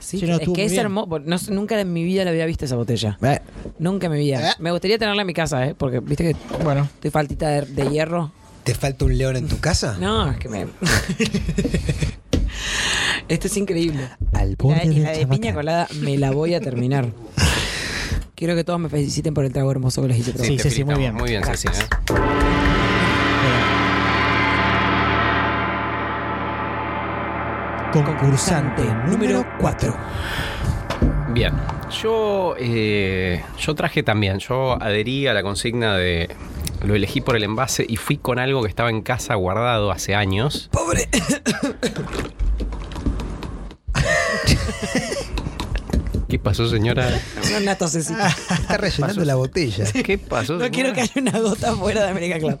C: Sí,
E: Sí, no,
C: es
E: estuvo
C: que
E: muy
C: es
E: bien.
C: hermoso. No sé, nunca en mi vida la había visto esa botella.
E: Eh,
C: Nunca en mi vida.
B: ¿Eh?
C: Me gustaría tenerla en mi casa, ¿eh? Porque, viste que
E: Bueno,
C: estoy faltita de, de hierro.
B: ¿Te falta un león en tu casa?
C: No, es que (laughs) me. Esto es increíble.
E: al
C: La,
E: borde
C: y
E: del
C: la de
E: chabatán.
C: piña colada me la voy a terminar. Quiero que todos me feliciten por el trago hermoso que les hice. probar.
E: Sí,
A: te
E: Ceci, muy
A: felicitamos.
E: bien.
A: Muy bien, Ceci. ¿eh?
E: Concursante número 4.
A: Bien. Yo, eh, yo traje también. Yo adherí a la consigna de. Lo elegí por el envase y fui con algo que estaba en casa guardado hace años.
B: Pobre.
A: ¿Qué pasó, señora?
C: Una nata tosecita.
B: (laughs) Está rellenando la botella.
A: ¿Qué pasó?
C: No quiero que haya una gota fuera de América Club.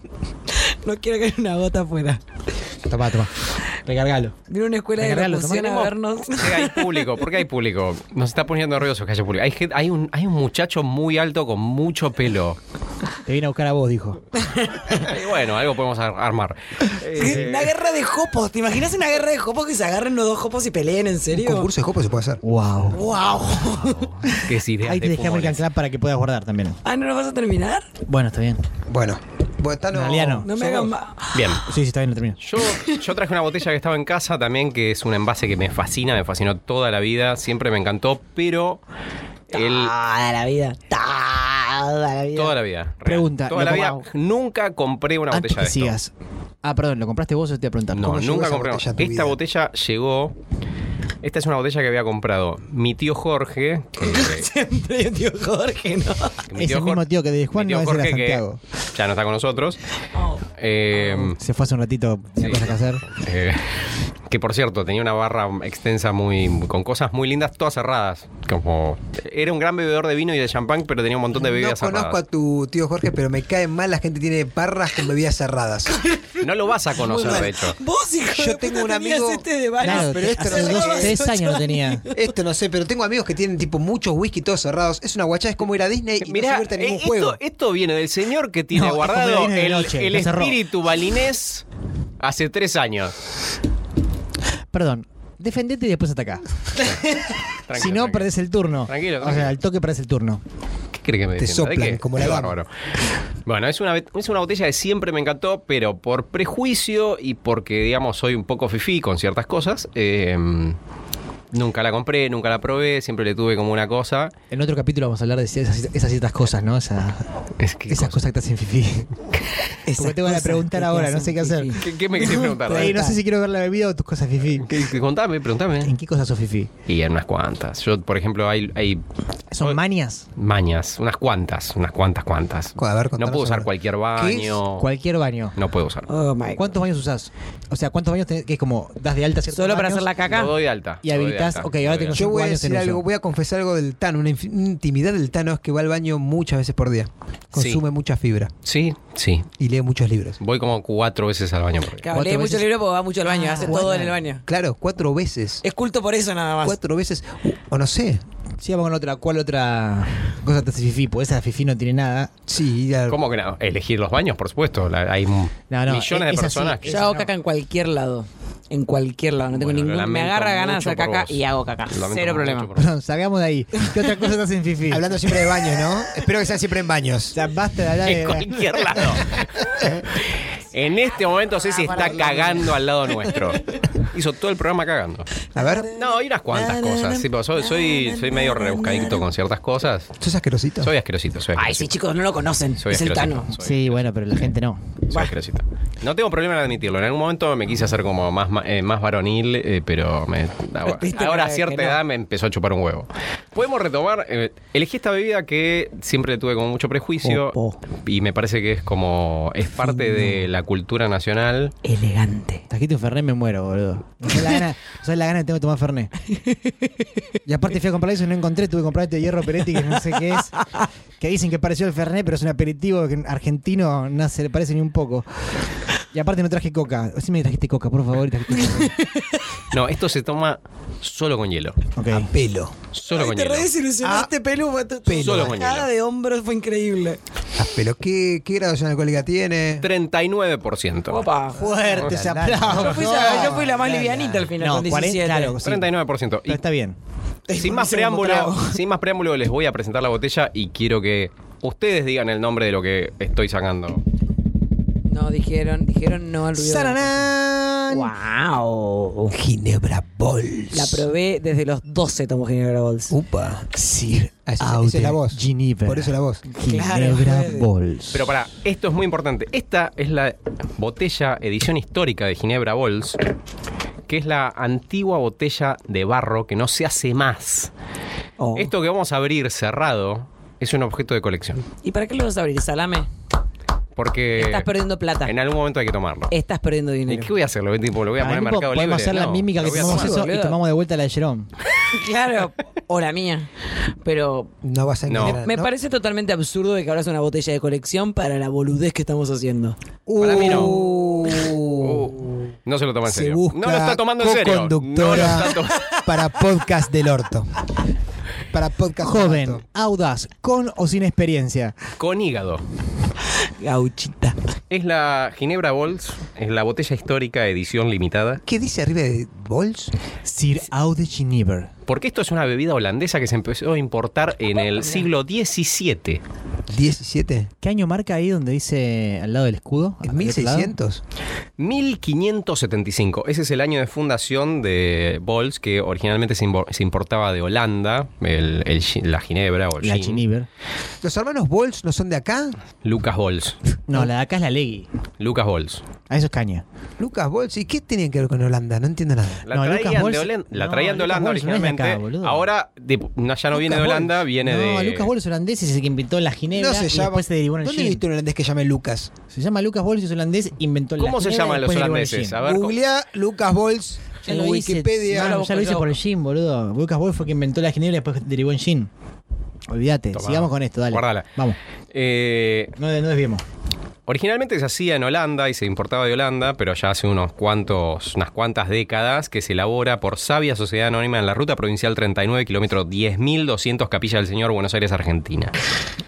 C: No quiero que haya una gota fuera.
E: Toma, toma. Recargalo.
C: Viene una escuela de
E: Regalarlo,
C: locución a
E: tomá.
C: vernos.
A: Porque hay público, porque hay público. Nos está poniendo nerviosos que haya público. Hay, gen- hay, un, hay un muchacho muy alto con mucho pelo. (laughs)
E: Te vine a buscar a vos, dijo.
A: Y bueno, algo podemos ar- armar. Eh,
C: (laughs) Una guerra de jopos. ¿Te imaginas una guerra de jopos que se agarren los dos jopos y peleen en
B: Un
C: serio?
B: concurso de copo se puede hacer.
E: Wow.
C: ¡Wow!
A: qué es idea
E: Ahí
A: de
E: te dejé
A: fumones.
E: American Club para que puedas guardar también.
C: Ah, ¿no lo vas a terminar?
E: Bueno, está bien.
B: Bueno. Bueno, está no.
E: En realidad no.
C: No me hagan más.
A: Bien.
E: Sí, sí, está bien, lo termino.
A: Yo, yo traje una botella que estaba en casa también, que es un envase que me fascina, me fascinó toda la vida, siempre me encantó, pero el,
C: Toda Ah, la vida. Toda la vida.
A: toda la vida. real.
E: Pregunta,
A: Toda la
E: lo
A: vida.
E: como-
A: Nunca compré una
E: Antes
A: botella
E: que
A: de esto.
E: sigas. Ah, perdón, ¿lo compraste vos o te voy a preguntar?
A: No,
E: ¿Cómo
B: llegó
A: nunca
B: esa
A: compré.
B: botella a tu
A: Esta
B: vida?
A: botella llegó. Esta es una botella que había comprado mi tío Jorge.
E: (laughs)
A: que-
C: Siempre (laughs) hay un tío Jorge, ¿no?
A: que mi
E: Es el
A: Jor-
E: mismo tío que de Juan
A: mi tío
E: no es el de
A: Jorge que
E: Santiago.
A: ya no está con nosotros. Eh,
E: Se fue hace un ratito, tenía
A: Sí.
E: cosas que hacer.
A: eh, que por cierto, tenía una barra extensa muy con cosas muy lindas, todas cerradas. Como era un gran bebedor de vino y de champán, pero tenía un montón de
B: No
A: bebidas
B: conozco a
A: cerradas.
B: tu tío Jorge, pero me cae mal la gente que tiene barras con bebidas cerradas.
A: No lo vas a conocer, de
E: (laughs)
A: hecho.
C: Vos, hijo
B: Yo
C: de
B: tengo
C: puta,
B: un
C: tenías
B: amigo-
C: Este de varios.
E: Claro,
B: pero
E: te-
B: esto
E: hace
B: no
E: dos,
B: sé qué
E: tres
C: es.
E: años no tenía.
B: Esto no sé, pero tengo amigos que tienen tipo muchos whisky todos cerrados. Es una guachada, es como ir a Disney y
A: Mirá,
B: no subirte a
A: eh,
B: ningún
A: esto,
B: juego.
A: esto viene del señor que tiene
E: No, es
A: guardado
E: como viene de
A: el,
E: noche,
A: el
E: lo cerró.
A: espíritu balinés hace tres años.
E: Perdón, defendete y después atacá.
A: Tranquilo,
E: si no,
A: tranquilo.
E: perdés el turno.
A: Tranquilo,
E: O
A: tranquilo.
E: sea, al toque perdés el turno.
A: ¿Qué crees que me
B: Te
A: defienda? ¿De
B: soplan
A: qué?
B: como
A: (laughs)
B: la
A: Qué
B: dama.
A: bárbaro. Bueno, es una, es una botella que siempre me encantó, pero por prejuicio y porque, digamos, soy un poco fifí con ciertas cosas, eh, nunca la compré, nunca la probé, siempre le tuve como una cosa.
E: En otro capítulo vamos a hablar de esas, esas ciertas cosas, ¿no? Esa-
A: Es que,
E: esas cosas que te hacen fifi. Porque te van a
C: cosas
E: preguntar
C: que te
E: ahora, no
C: hacen
E: sé qué hacer.
C: fifí.
A: ¿Qué, qué me querés
E: (laughs)
A: preguntar?
E: Ey,
A: Dani?
E: no sé si quiero ver la bebida o tus cosas fifi.
A: ¿Qué- qué- contame,
E: ¿En
A: preguntame.
E: qué cosas sos fifi?
A: Y en unas cuantas. Yo, por ejemplo, hay, hay
E: ¿Son
A: Oye.
E: manias?
A: mañas, unas cuantas, unas cuantas, cuantas.
B: A ver,
A: No
B: contanos
A: puedo usar
B: ahora.
A: cualquier
B: ¿Qué es?
A: baño.
E: Cualquier baño.
A: No puedo usar.
C: Oh my God.
E: ¿Cuántos baños usás? O sea, ¿cuántos baños tenés que es como das de alta ciertos
C: ¿Solo para
E: baños?
C: hacer la caca?
A: Lo doy de alta.
E: Y
A: lo doy de
E: habilitás-
A: alta,
E: ok,
A: lo
E: ahora
A: doy de
E: tengo
A: alta.
B: Yo voy a
E: Cinco años en
B: decir
E: uso.
B: algo, voy a confesar algo del Tano. Una inf- intimidad del Tano es que va al baño muchas veces por día. Consume mucha fibra
A: Sí, sí.
B: y lee muchos libros.
A: Voy como cuatro veces al baño por día.
C: Claro, lee
E: Cuatro
C: mucho
E: veces-
C: libro porque va mucho al baño,
E: Ah,
C: hace
E: bueno.
C: todo en el baño.
B: Claro, cuatro veces.
C: Es culto por eso nada más.
B: Cuatro veces. O no sé.
E: Sí, vamos con otra. ¿Cuál otra cosa te hace fifi? Pues esa fifi no tiene nada.
B: Sí, ya-
A: ¿Cómo que no? Elegir los baños, por supuesto. La- hay m-
E: No, no,
A: millones de
E: es- es
A: personas
E: así.
A: que...
C: Yo hago caca en cualquier lado. En cualquier lado, no tengo
A: Bueno, lo
C: ningún. Me
A: lamento
C: agarra ganas
A: mucho
C: de hacer
A: por
C: caca
A: vos.
C: y hago caca.
A: Lamento mucho
C: Cero problema.
A: por-
C: (laughs)
E: Perdón, salgamos de ahí. ¿Qué otra cosa te hacen fifi?
B: hablando siempre de baños, ¿no? Espero que sea siempre en
E: O
B: baños.
E: sea, basta de hablar
A: En
E: de.
A: cualquier
C: (laughs)
A: lado. en este momento
C: Ah,
A: Ceci está cagando al lado nuestro. Hizo todo el programa cagando.
B: A ver,
A: No, hay unas cuantas cosas. Sí, pero soy, soy, soy medio rebuscadito con ciertas cosas.
B: ¿sos asquerosito?
A: Soy asquerosito, soy asquerosito.
C: Ay, sí, chicos, no lo conocen.
A: Soy
C: es el
A: asquerosito,
C: Tano.
A: soy-
E: Sí, bueno, pero la gente no.
A: soy asquerosito. No tengo problema en admitirlo. En algún momento me quise hacer como más, ma- eh, más varonil, eh, pero
C: (laughs)
A: me- ahora,
C: Viste
A: ahora a
C: que
A: cierta
C: no.
A: edad me empezó a chupar un huevo. Podemos retomar. eh, elegí esta bebida que siempre le tuve como mucho prejuicio
E: Opo.
A: y me parece que es como. es parte de la cultura nacional.
C: Elegante.
E: Tajito un Fernet me muero, boludo. No sé la gana, no sé la gana que tengo de tomar Fernet. Y aparte fui a comprar eso y no encontré, tuve que comprar este hierro Peretti que no sé qué es. Que dicen que pareció el Fernet, pero es un aperitivo que en argentino no se le parece ni un poco. Y aparte no traje coca. Sí me trajiste coca, por favor. y trajiste coca.
A: No, esto se toma solo con hielo.
E: Ok.
B: Pelo.
A: Solo con
C: te
A: hielo.
C: desilusionaste,
E: Ah.
C: pelu.
B: Pelo.
A: Solo con
C: Cada
A: hielo.
C: de hombros fue increíble.
B: A pelo. Ah, ¿Qué, qué graduación alcohólica tiene?
A: 39%.
C: Opa.
E: Fuerte ese aplauso.
C: Yo fui, la, yo fui la más livianita al final,
E: No,
C: con
E: 40,
C: 17.
E: claro, sí.
A: 39%. Y
E: Pero está bien.
A: Sin más, preámbulo, sin más preámbulo, les voy a presentar la botella y quiero que ustedes digan el nombre de lo que estoy sacando.
C: No, dijeron, dijeron no al ruido.
E: ¡Sararán!
C: ¡Wow!
B: Ginebra Balls.
C: La probé desde los 12 tomo Ginebra Balls.
A: Uh.
B: Upa.
E: Sir
B: Ah, esa- esa es la voz.
E: Ginebra.
B: Por eso la voz.
E: Ginebra
C: Claro.
E: Balls.
A: Pero para, esto es muy importante. Esta es la botella edición histórica de Ginebra Bols, que es la antigua botella de barro que no se hace más.
C: Oh.
A: Esto que vamos a abrir cerrado es un objeto de colección.
C: ¿Y para qué lo vas a abrir? Salame.
A: Porque
C: Estás perdiendo plata.
A: Eh,
C: Eh,
A: en algún momento hay que tomarlo.
C: Estás perdiendo
A: ¿Y
C: dinero.
A: qué voy a hacer? ¿Lo, voy a- tipo, lo voy a
E: Ah,
A: poner en
E: tipo,
A: mercado
E: podemos
A: libre?
E: hacer la
A: No,
E: mímica
A: lo
E: que
A: voy a
E: tomamos
A: tomar.
E: eso y
C: boludo.
E: tomamos de vuelta la de Jerome.
C: (laughs) Claro, o la mía. Pero
B: No vas a
A: No.
B: engañar.
C: me parece totalmente absurdo de que ahora es una botella de colección para la boludez que estamos haciendo.
A: Para mí no.
B: Uh.
A: Uh, no se lo toma en
B: Se
A: serio.
B: busca
A: No lo está tomando en serio. No lo
B: co-conductora
A: está tomando.
B: (laughs)
A: (laughs)
B: para podcast del orto. Para podcast del
E: Joven,
B: orto.
E: audaz, con o sin experiencia.
A: Con hígado.
C: Gauchita.
A: Es la Ginebra Bols, es la botella histórica edición limitada.
B: ¿Qué dice arriba de Balls?
E: Sir Au de Ginebra.
A: Porque esto es una bebida holandesa que se empezó a importar en el siglo XVII.
B: 17.
E: ¿Qué año marca ahí donde dice al lado del escudo?
B: ¿En
E: Al otro lado.
B: 1600?
A: 1575. Ese es el año de fundación de Bols, que originalmente se, imbo- se importaba de Holanda, el- el gi- la Ginebra o el
E: La
A: gin.
E: Ginebra.
B: ¿Los hermanos Balls no son de acá?
A: Lucas Bols.
E: No, la de acá es la Legui.
A: Lucas Bols.
E: Ah, eso es caña.
B: Lucas Balls. ¿Y qué tienen que ver con Holanda? No entiendo nada.
A: La
E: No,
A: traían,
E: Lucas
A: de,
E: Bols-
A: Holen- la
E: no,
A: traían de
E: Lucas
A: Holanda
E: Bols no es de acá,
A: originalmente.
E: boludo.
A: Ahora tipo, no, ya no viene de
B: Lucas
A: Holanda,
B: Bols.
A: viene de.
E: No, Lucas Boll es holandés y es el que inventó la Ginebra
B: No se
E: y
B: llama.
E: después se derivó en el
B: ¿Dónde
E: gin.
B: viste un holandés que llame Lucas?
E: Se llama Lucas Boll, es holandés, inventó la
A: ¿Cómo se
E: Ginebra y
A: llaman los
E: después derivó en el
A: holandeses?
E: gin.
A: A ver, ¿cómo-
B: Googleá Lucas Balls
E: Ya
B: en
E: lo hice.
B: Wikipedia.
E: No, ya lo hice por el gin, boludo. Lucas Boll fue quien inventó la ginebra y después derivó en gin. Olvídate.
A: Tomá.
E: Sigamos con esto, dale.
A: Guardala.
E: Vamos.
A: Eh,
E: No, no desviemos.
A: Originalmente se hacía en Holanda y se importaba de Holanda, pero ya hace unos cuantos, unas cuantas décadas que se elabora por Sabia Sociedad Anónima en la ruta provincial 39, kilómetro 10.200, Capilla del Señor, Buenos Aires, Argentina.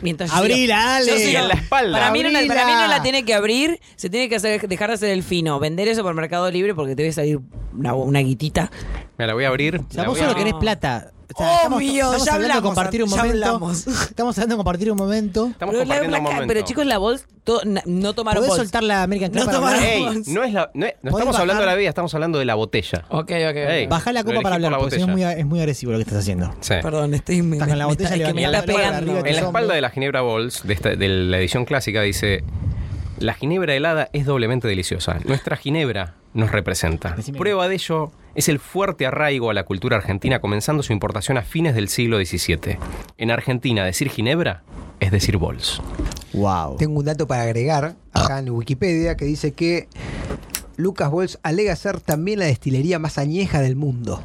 C: Mientras
E: Abrila, dale.
C: yo sigo-
A: En la espalda.
C: Para mí, no la,
E: Abrila.
C: para mí no la tiene que abrir, se tiene que hacer, dejar de hacer el fino, vender eso por Mercado Libre porque te debe salir una, una guitita.
A: Me la voy a abrir.
E: O sea,
A: la
E: vos
A: voy a
E: solo
A: abrir.
E: querés plata. o sea, estamos-
C: Obvio,
E: estamos
C: Oh, ya
E: hablando de
C: hablamos,
E: compartir un
C: ya
E: momento.
C: hablamos.
E: Estamos hablando de compartir un momento.
A: Estamos
C: Pero, la-
A: compartiendo
C: la
A: un
C: ca-
A: momento.
C: pero chicos, la voz to- na- no tomaron
E: ¿Podés
C: voz.
E: soltar la American Club?
C: No
E: para hablar?
C: tomaron-
A: Ey,
C: Vamos.
A: no es la, no, es- no
E: ¿Podés
A: estamos hablando de la
E: bajar? Oh,
A: bebida, estamos hablando de la botella.
C: Ok, ok. ok.
A: Ey.
E: Bajá la
A: Lo
E: copa
A: elegí
E: para
A: por
E: hablar,
A: la
E: porque si no es muy,
A: botella.
E: es muy agresivo lo que estás haciendo.
A: Sí.
C: Eh. Perdón, estoy me,
E: Estás con la
C: me
E: botella
C: está- es que me
E: levantada
C: está
E: para
C: pegando.
E: arriba
A: En la
E: Son
A: espalda
E: dos.
A: de la Ginebra Balls, de, esta- de la edición clásica, dice: La Ginebra helada es doblemente deliciosa. Nuestra Ginebra nos representa.
E: Decime.
A: Prueba de ello es el fuerte arraigo a la cultura argentina, comenzando su importación a fines del siglo XVII. En Argentina, decir Ginebra es decir Balls.
E: Wow.
B: Tengo un dato para agregar acá en Wikipedia que dice que Lucas Bols alega ser también la destilería más añeja del mundo.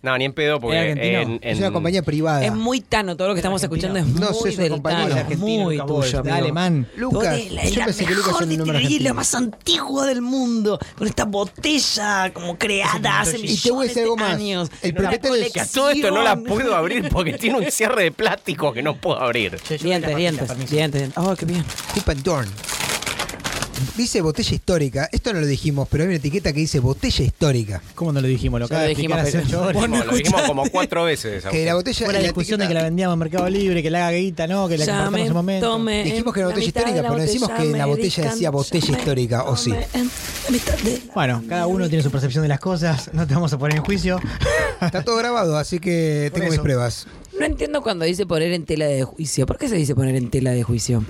A: No, ni en pedo, porque.
E: ¿Era argentino?
A: en-
B: Es
A: en-
B: una compañía privada.
C: Es muy tano, todo lo que estamos
E: Argentino.
C: escuchando es
B: No sé,
C: muy
B: es una
C: del
B: compañía
C: Tano,
E: argentina,
C: muy
E: Lucas Bols,
C: tuyo,
E: de
C: amigo.
E: alemán.
B: Lucas,
C: Vos eres
B: yo
C: la
B: pensé que Lucas
C: mejor
B: era un nombre
C: destilería, la
B: argentino.
C: más antigua del mundo, con esta botella como creada hace
B: Y te voy a
C: millones
B: decir
C: de
B: algo más.
C: años.
B: El
C: Una
B: propietario es-
A: Que a
C: colección.
A: todo esto no la puedo abrir porque tiene un cierre de plástico que no puedo abrir.
C: Dientes, dientes, dientes. Oh, qué bien.
B: Tip and Torn. Dice botella histórica. Esto no lo dijimos, pero hay una etiqueta que dice botella histórica.
E: ¿Cómo no lo dijimos? Lo
C: Ya
E: acaba
C: lo
E: de
C: dijimos,
E: explicar hace
C: pero-
E: ocho horas.
A: Lo dijimos- lo dijimos como cuatro veces.
B: Que la botella
E: Fue la
B: la
E: discusión de
B: etiqueta-
E: que la vendíamos en Mercado Libre, que la haga guita, ¿no? Que la
C: Ya
E: compartamos en un
C: me
E: momento.
C: tomé
B: Dijimos que era
C: la
B: botella
C: mitad de
B: histórica, pero no decimos que en la botella
C: americana.
B: decía botella
C: Ya me
B: histórica, ¿o sí?
C: tomé en la mitad de la-
E: Bueno, cada uno tiene su percepción de las cosas, (laughs) no te vamos a poner en juicio.
B: Está todo grabado, así que
E: Por
B: tengo mis
E: eso.
B: pruebas.
C: No entiendo cuando dice poner en tela de juicio. ¿Por qué se dice poner en tela de juicio?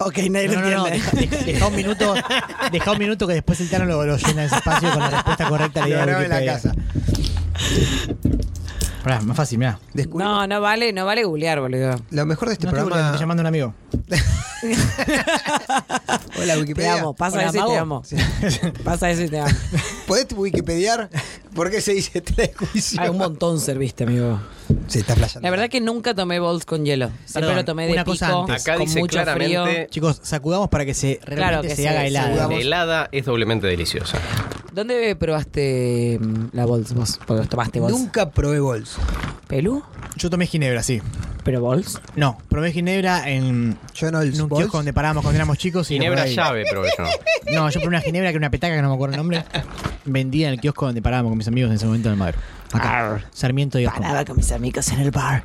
F: Ok, nadie lo
E: No, no, no,
F: entiende.
E: deja, de- deja un minuto, deja un minuto que después el Tano lo, lo llena de ese espacio con la respuesta correcta a la
B: Lo
E: idea de
B: grabo en la
E: Wikipedia.
B: casa.
E: Pará, más fácil, mirá.
B: Descubrí-
C: No, no vale, no vale googlear, boludo. (laughs)
B: Lo mejor de este
E: no estoy
B: programa.
E: estoy llamando a un amigo.
B: Hola,
C: Te
B: Wikipedia.
C: amo, pasa
E: Hola,
C: eso y te
E: mago.
C: amo. (laughs) Pasa eso y te amo.
B: ¿Podés wikipediar por qué se dice tres
C: Hay un montón serviste, amigo.
B: Se está flasheando.
C: La verdad que nunca tomé bowls con hielo. Siempre
E: Perdón,
C: lo tomé de
E: una
C: pico,
E: cosa antes.
A: Acá
C: con
A: dice
C: mucho
A: claramente-
C: frío.
E: Chicos, sacudamos para que se realmente
C: que
E: se,
C: se-
E: haga
C: se-
E: helado.
A: La helada es doblemente deliciosa.
C: ¿Dónde probaste mm, la bols vos? Porque tomaste bols.
B: Nunca probé bols.
C: ¿Pelú?
E: Yo tomé ginebra, sí.
C: ¿Pero bols?
E: No, probé ginebra en,
B: Yo no
E: en
B: el
E: un
B: bols.
E: kiosco donde parábamos cuando éramos chicos. y lo
A: Ginebra
E: probé ahí.
A: llave, pero yo.
E: No, yo probé una ginebra que era una petaca que no me acuerdo el nombre. Vendía en el kiosco donde parábamos con mis amigos en ese momento en el Madero. Acá.
C: Arr.
E: Sarmiento y Osco.
C: Paraba con mis amigos en el bar.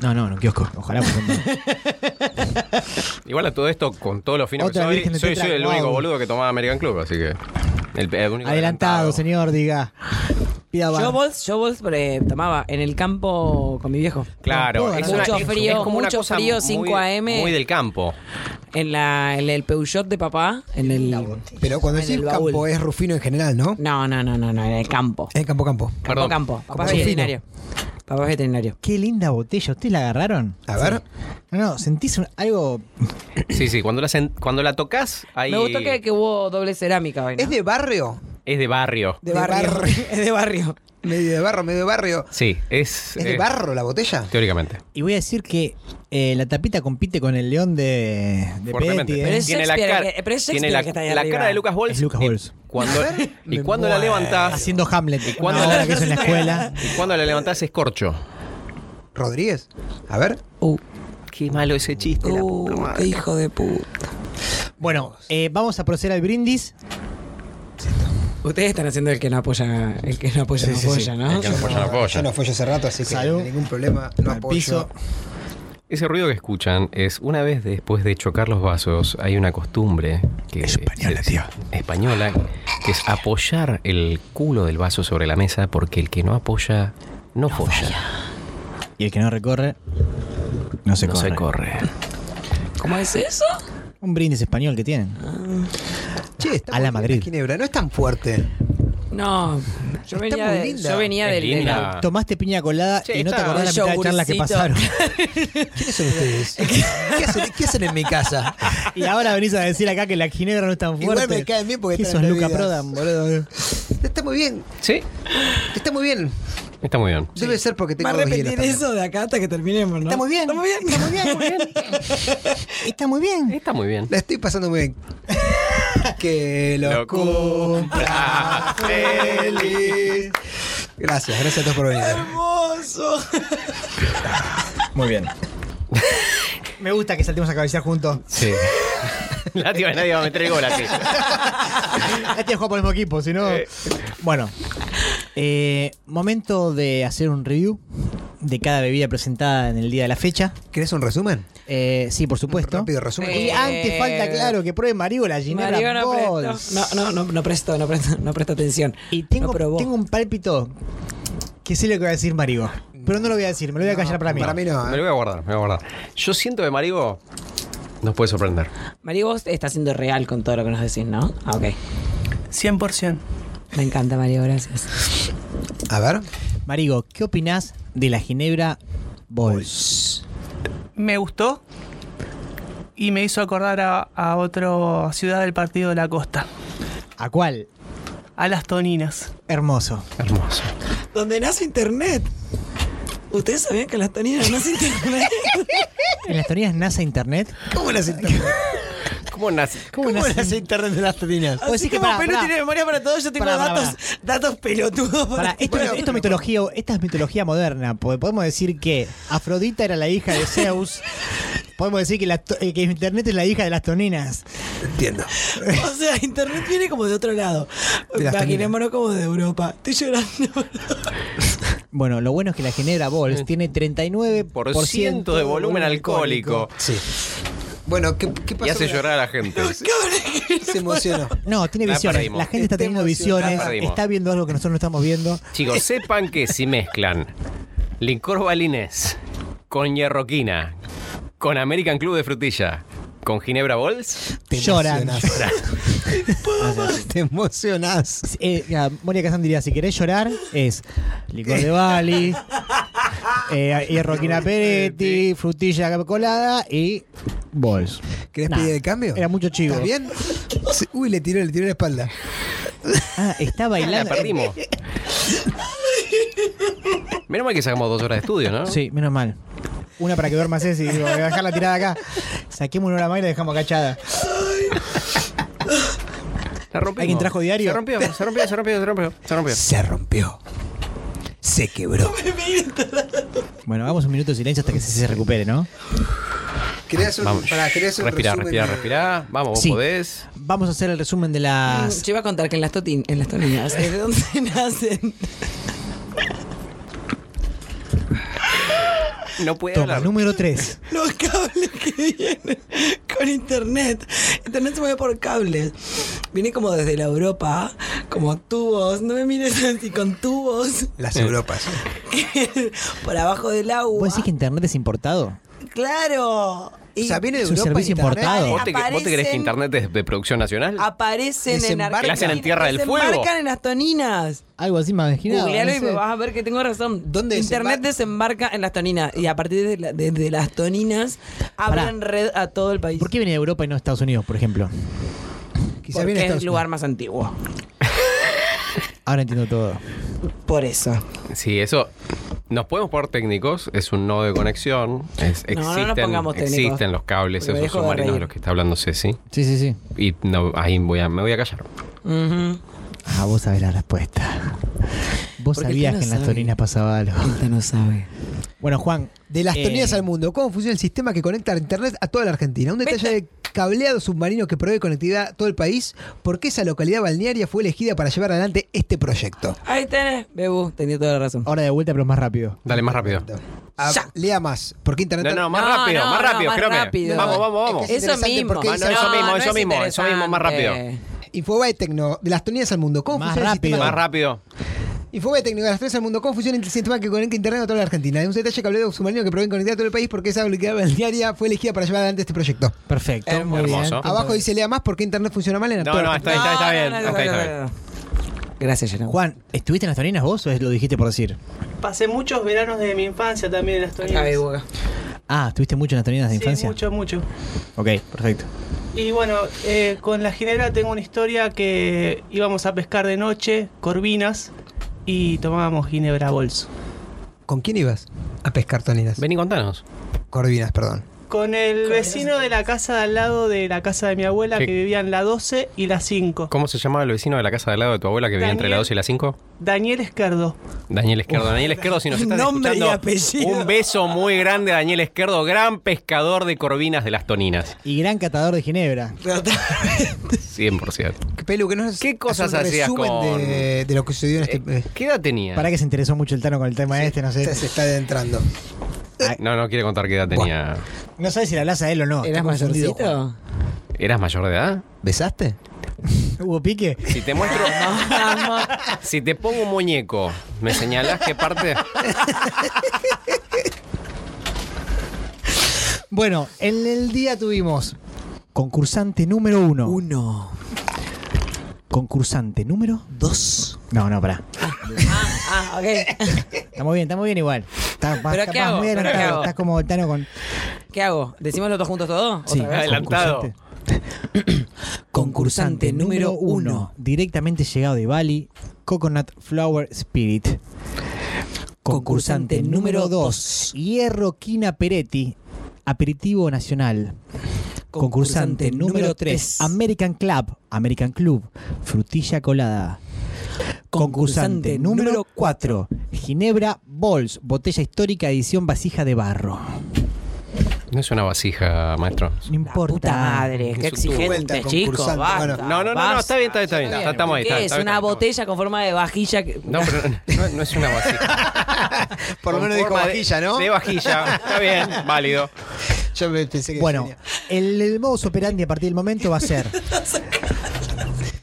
E: No, no, en un kiosco. Ojalá. porque no.
A: Igual a todo esto, con todos los fines que
E: Otra
A: soy,
E: virgen de
A: soy,
E: Tetra,
A: soy el
E: guau.
A: único boludo que tomaba American Club, así que. El, el único
E: Adelantado, señor, diga. Pida
C: Yo
E: bar.
C: bols, yo bols pero, eh, tomaba en el campo con mi viejo.
A: Claro,
E: Con
A: es
E: todo,
A: una-
C: mucho
A: es-
C: frío,
A: es como una
C: mucho
A: cosa
C: frío,
A: muy-
C: 5 AM.
A: Muy del campo.
C: En, la, en el Peugeot de papá. En el,
B: Pero cuando
C: en
B: decís
C: el baúl.
B: campo es Rufino en general, ¿no?
C: No, no, no, no, no, en el campo.
B: En campo campo.
C: Campo,
A: Eh, Perdón.
C: campo. Papá
B: Como
C: es
B: Rufino.
C: veterinario. Papá es veterinario.
E: Qué linda botella. ¿Ustedes la agarraron?
B: A ver.
E: No, no, sentís un- algo.
A: Sí, sí, cuando la, sen- cuando la tocas, ahí.
C: Me gustó que, que hubo doble cerámica, vaina.
B: ¿Es de barrio?
A: Es de barrio.
C: De
B: de
C: barrio.
B: barrio.
C: (laughs) es de barrio.
B: Medio de barro, medio de barrio.
A: Sí, es.
B: ¿Es de
A: eh,
B: barro la botella?
A: Teóricamente.
E: Y voy a decir que eh, la tapita compite con el león de, de
A: Fuertemente.
E: Peretti, ¿eh?
C: Pero es
A: tiene la,
C: Shakespeare
A: cara-
C: que- pero es
A: tiene
C: Shakespeare
A: la,
C: que está ahí
A: la
C: arriba.
A: cara de Lucas Bols.
E: Es Lucas
A: eh,
E: Bols.
A: Cuando, y cuando la levantás.
E: Haciendo Hamlet. ¿Y
A: cuándo
E: cuando
A: la-
E: la que hizo en la
A: (laughs)
E: escuela?
A: Y cuando la levantás es corcho.
B: Rodríguez. A ver.
C: Uh,
A: Qué malo ese chiste. la puta
E: Oh,
C: uh,
A: madre.
C: qué hijo de puta.
E: Bueno, eh, vamos a proceder al brindis.
C: Ustedes están haciendo el que no apoya, el que no apoya,
E: Sí,
C: no
E: sí, sí.
C: apoya, ¿no?
A: El que no apoya, Pues no apoya.
B: Yo no follo hace rato, así que
E: Salud.
B: ningún problema. No
E: Al
B: apoyo.
E: piso.
A: Ese ruido que escuchan es una vez después de chocar los vasos, hay una costumbre que
E: Española, tío.
A: española, que es apoyar el culo del vaso sobre la mesa porque el que no apoya no, folla,
E: Y el que no recorre, no se
A: no
E: corre.
A: se corre.
C: ¿Cómo es eso?
E: Un brindis español que tienen.
B: Che, está
E: A la
B: muy bien
E: Madrid.
B: Ginebra, no es tan fuerte.
C: No, yo venía,
B: muy
C: de,
B: linda.
C: yo venía
A: Es
C: del, del-
A: linda. Ah.
E: Tomaste piña colada
A: Che,
E: y no te
A: está-
E: acordás la mitad de charlas que
C: yogurcito.
E: pasaron.
B: ¿Quiénes son (laughs) ustedes? ¿Qué hacen, qué hacen (laughs) en mi casa?
E: (laughs) y ahora venís a decir acá que la ginebra no es tan
B: Igual
E: fuerte.
B: me caen bien porque
E: ¿Qué
B: están
E: sos
B: en
E: Luca
B: bebidas.
E: Prodan, boludo?
B: Está muy bien.
A: Sí,
B: Está muy bien.
A: está muy bien.
B: Debe ser porque tengo
C: Va a
B: dos hielos
C: repetir
B: también.
C: eso de acá hasta que terminemos, ¿no?
E: Está muy bien.
C: Está muy bien.
E: Está muy bien. (laughs) Está muy bien.
A: Está muy bien. (laughs)
B: La estoy pasando muy
C: (laughs)
B: bien. que lo
A: cumpla
B: feliz. Gracias, gracias a todos por venir.
C: Hermoso.
E: Muy bien. (laughs) Me gusta que saltemos a cabecear juntos.
A: Sí. La tía, nadie (laughs) va a meter el gol así.
E: Este juega por el mismo equipo, si no. Bueno, Eh, momento de hacer un review de cada bebida presentada en el día de la fecha.
B: ¿Querés un resumen?
E: Eh, sí, por supuesto.
B: Un rápido resumen.
E: Y
C: Eh,
E: antes falta, claro, que pruebe Mariola, Ginebra
C: Mario no
E: Bols.
C: presto. No, no, no, no presto, no presto, no presto atención.
E: Y tengo,
C: No probó.
E: tengo un pálpito que sé lo que va a decir Marigo. Pero no lo voy a decir, me lo voy a callar para mí.
B: Para mí
A: Me
B: no.
A: lo
B: ¿eh?
A: voy a guardar, me lo voy a guardar. Yo siento que Marigo nos puede sorprender.
C: Mario, vos estás siendo real con todo lo que nos decís, ¿no? Ah, ok.
D: 100%.
C: Me encanta, Mario, gracias.
B: A ver.
E: Marigo, ¿qué opinás de la Ginebra Bols?
D: Me gustó y me hizo acordar a, a otra ciudad del partido de la costa,
E: ¿A cuál?
D: a las Toninas.
E: Hermoso.
A: Hermoso.
C: Donde nace internet. ¿Ustedes sabían que las toninas (laughs) nace internet?
E: ¿En las teorías NASA Internet?
B: ¿Cómo
E: (laughs)
B: las internet?
A: ¿Cómo nace?
E: ¿Cómo nace?
B: internet de las teninas?
E: Así que como Perú tiene
C: memoria para todo, yo
E: tengo datos-
C: datos pelotudos.
E: Pará, esto, esto es mitología, esta es mitología moderna. porque Podemos decir que Afrodita era la hija de Zeus. Podemos decir que, la to- eh, que Internet es la hija de las toninas.
B: Entiendo.
C: O sea, internet viene como de otro lado.
B: De las
C: Imaginémonos como de Europa. Estoy llorando.
E: Bueno, lo bueno es que la Ginebra Bols tiene 39%
A: Por ciento de volumen alcohólico.
B: Sí. Bueno, ¿qué, qué pasó?
A: Y hace
B: con la-
A: llorar a la gente.
B: (laughs) Se emocionó.
E: No, tiene
A: La
E: visiones.
A: perdimos.
E: La gente está
B: Está
E: teniendo
B: emocionada.
E: visiones.
A: La perdimos.
E: Está viendo algo que nosotros no estamos viendo.
A: Chicos, sepan que si mezclan licor balinés con hierroquina, con American Club de Frutilla, con Ginebra Bols,
B: Te
C: (laughs)
E: Lloran.
B: emocionás. Te emocionás.
E: Eh, mira, Moria Kazan diría, si querés llorar, es licor de Bali, eh, hierroquina
A: (laughs)
E: Peretti, frutilla colada y bols.
B: ¿Querés
E: Nah,
B: pedir el cambio?
E: Era mucho chivo.
B: ¿Estás bien? Sí. Uy, le tiró, le tiró la espalda.
E: Ah, está
A: la
E: bailando.
A: perdimos. Menos mal que sacamos dos horas de estudio, ¿no?
E: Sí, menos mal. Una para que duerma Ceci, digo, voy a dejar la tirada acá. Saquemos una hora más y la dejamos cachada.
A: La rompimos.
E: ¿Alguien trajo diario?
A: Se rompió, se rompió, se rompió, se rompió. Se rompió.
B: Se rompió. Se quebró.
E: Bueno, vamos un minuto de silencio hasta que Ceci se recupere, ¿no?
B: ¿Querés un,
A: Vamos.
B: pará, ¿querés un
A: respirá,
B: resumen
A: respirá,
B: de-
A: respirá. Vamos, vos
E: Sí.
A: podés.
E: Vamos a hacer el resumen de las...
C: Yo iba a contar que en las, totin- en las toninas es de donde (laughs) nacen.
A: No puede
E: Toma,
A: hablar.
E: número 3.
C: Los cables que vienen con internet. Internet se mueve por cables. Viene como desde la Europa, como tubos. No me mires así con tubos
B: Las Europas.
C: (laughs)
A: Eh.
C: por abajo del agua.
E: ¿Vos decís que internet es importado?
C: Claro.
B: O
C: Y
B: sea, viene de
E: Es un
B: Europa.
E: servicio
B: Internet.
E: importado.
A: ¿Vos te, vos te crees que
C: Aparecen-
A: Internet es de producción nacional?
C: aparecen en
B: Desembarcan.
A: ¿La hacen en Tierra del Fuego?
C: Desembarcan en las toninas.
E: Algo así me imaginaba.
C: Googlealo
E: no
C: y
E: sé.
C: vas a ver que tengo razón.
B: ¿Dónde
C: Internet
B: desembar-
C: desembarca en las toninas. Y a partir de, la- de- de las toninas,
E: Pará.
C: abren red a todo el país.
E: ¿Por qué viene de Europa y no de Estados Unidos, por ejemplo?
B: Quizá
C: Porque
B: viene
C: es
B: Estados
C: el lugar más antiguo.
E: Ahora entiendo todo.
C: Por eso.
A: Sí, eso. Nos podemos poner técnicos, es un nodo de conexión. es-
C: No, no nos
A: existen,
C: pongamos técnicos.
A: existen los cables,
C: Porque me
A: esos
C: dejo de
A: submarinos de
C: reír.
A: los que está hablando Ceci.
E: Sí, sí, sí.
A: Y no, ahí voy a, me voy a callar.
C: Ujú.
E: Ah, vos sabés la respuesta. Vos
C: Porque
E: sabías
C: el
E: que en las
C: sabe.
E: torinas pasaba algo.
C: Esta no sabe.
E: Bueno, Juan,
B: De las
E: Eh.
B: toninas al mundo, ¿cómo funciona el sistema que conecta a internet a toda la Argentina? Un detalle de cableado submarino que provee conectividad a todo el país. ¿Por qué esa localidad balnearia fue elegida para llevar adelante este proyecto?
C: Ahí tenés. Bebu, tenía toda la razón.
A: Oh,
E: ahora de vuelta, pero más rápido.
A: Dale, más rápido.
B: Ah,
C: Ya.
B: lea más. ¿Por qué internet?
A: No, no, más
C: No,
A: rápido,
C: no,
A: más
C: no,
A: rápido,
C: más
A: créame.
C: rápido.
A: Vamos, vamos,
B: Es
A: vamos.
B: que
C: Eso
B: interesante
C: mismo.
B: porque
A: Mano,
B: hizo-
A: eso mismo,
C: es
A: eso mismo, eso mismo, más rápido.
C: interesante.
B: Infobae Tecno, de las toninas al mundo, ¿cómo
E: Más
B: funciona
E: rápido.
B: el sistema?
A: Más rápido.
B: Infobae Tecno, de las toninas al mundo, ¿cómo funciona el sistema que conecta internet a toda la Argentina? Es un detalle cableado submarino que provee conectividad a todo el país porque esa localidad balnearia fue elegida para llevar adelante este proyecto.
E: Perfecto.
C: Hermoso.
E: muy bien.
A: Hermoso.
B: Abajo dice lea más porque internet funciona mal en la
A: No,
B: toda
A: no,
B: la
A: está bien, está, está bien.
C: No, no, no,
A: está bien, está bien.
C: no, no, no. Gracias, Gerardo.
E: Juan, ¿estuviste en las torinas vos o es- lo dijiste por decir?
D: Pasé muchos veranos de mi infancia también en las
C: Acá,
D: Toninas.
C: Bebu, acá.
E: Ah, ¿estuviste mucho en las torinas de
D: Sí,
E: infancia?
D: mucho, mucho.
E: Ok, perfecto.
D: Y bueno, eh, con la Ginebra tengo una historia que íbamos a pescar de noche, corvinas, y tomábamos Ginebra Bols.
B: ¿Con quién ibas? A pescar toninas.
A: Vení, contanos.
B: Corvinas, perdón.
D: Con el vecino de la casa de al lado de la casa de mi abuela
A: Sí.
D: que vivía en la 12 y la 5.
A: ¿Cómo se llamaba el vecino de la casa de al lado de tu abuela que vivía entre la
D: Daniel.
A: 2 y la 5?
D: Daniel Esquerdo.
A: Daniel Esquerdo. Daniel Esquerdo,
C: (laughs)
A: si nos estás
F: Nombre y
A: escuchando,
F: apellido.
A: un beso muy grande a Daniel Esquerdo, gran pescador de corvinas de las toninas.
E: Y gran catador de Ginebra.
A: 100%.
B: Pelu, que no es-
A: ¿Qué cosas
B: hace un
A: hacías
B: resumen
A: con-
B: de, de lo que sucedió en
A: Eh,
B: este. eh,
A: ¿Qué edad tenía?
E: Para que se interesó mucho el Tano con el tema este, no
B: se,
E: sé.
B: se está adentrando.
A: No, no quiere contar qué edad tenía.
E: No sabes si le hablas a él o no.
C: ¿Eras
E: Estoy confundido,
C: mayorcito?
A: ¿Eras mayor de edad?
B: ¿Besaste?
E: Juan. (laughs) ¿Hubo pique?
A: Si te
B: (laughs)
A: muestro. si te pongo un muñeco, ¿me señalás qué parte?
E: Bueno, en el día tuvimos concursante número uno.
F: Uno,
E: Concursante número.
F: dos.
E: No, no, pará.
C: Ah, ok.
A: (laughs)
E: Estamos bien, estamos bien igual. Está, más-
C: ¿Pero
E: capaz
C: qué hago?
E: muy
C: ¿Pero qué
E: adelantado,
C: hago?
E: Estás como el Tano con.
C: ¿Qué hago? ¿Decimos los dos juntos todo?
E: Sí,
C: ¿Otra vez?
A: adelante. adelantado.
E: Concursante. (coughs) Concursante número uno. Directamente llegado de Bali, Coconut Flower Spirit. Concursante número dos. Hierro Quina Peretti, Aperitivo Nacional. Concursante número 3, American Club, American Club, frutilla colada. Concursante número 4, Ginebra Balls, botella histórica edición vasija de barro.
A: No es una vasija, maestro.
E: No importa.
C: Puta madre, qué
A: Es un tubo.
C: exigente,
B: Vuelta,
C: chicos.
B: concursante.
C: basta,
B: Bueno,
A: No, no, no, no, está bien, está bien, está bien.
C: basta.
A: Estamos ahí, está
C: ¿Qué
A: bien,
C: es?
A: está bien,
C: Una
A: estamos bien.
C: botella con forma de vajilla. que-
A: No, pero no, no es una vasija.
B: (laughs) Por lo
A: Con
B: menos dijo
A: forma de-
B: vajilla, ¿no?
A: De vajilla. Está bien, válido.
B: Yo me pensé que
E: Bueno,
B: venía.
E: el, el modus operandi a partir del momento va
C: (laughs)
E: a ser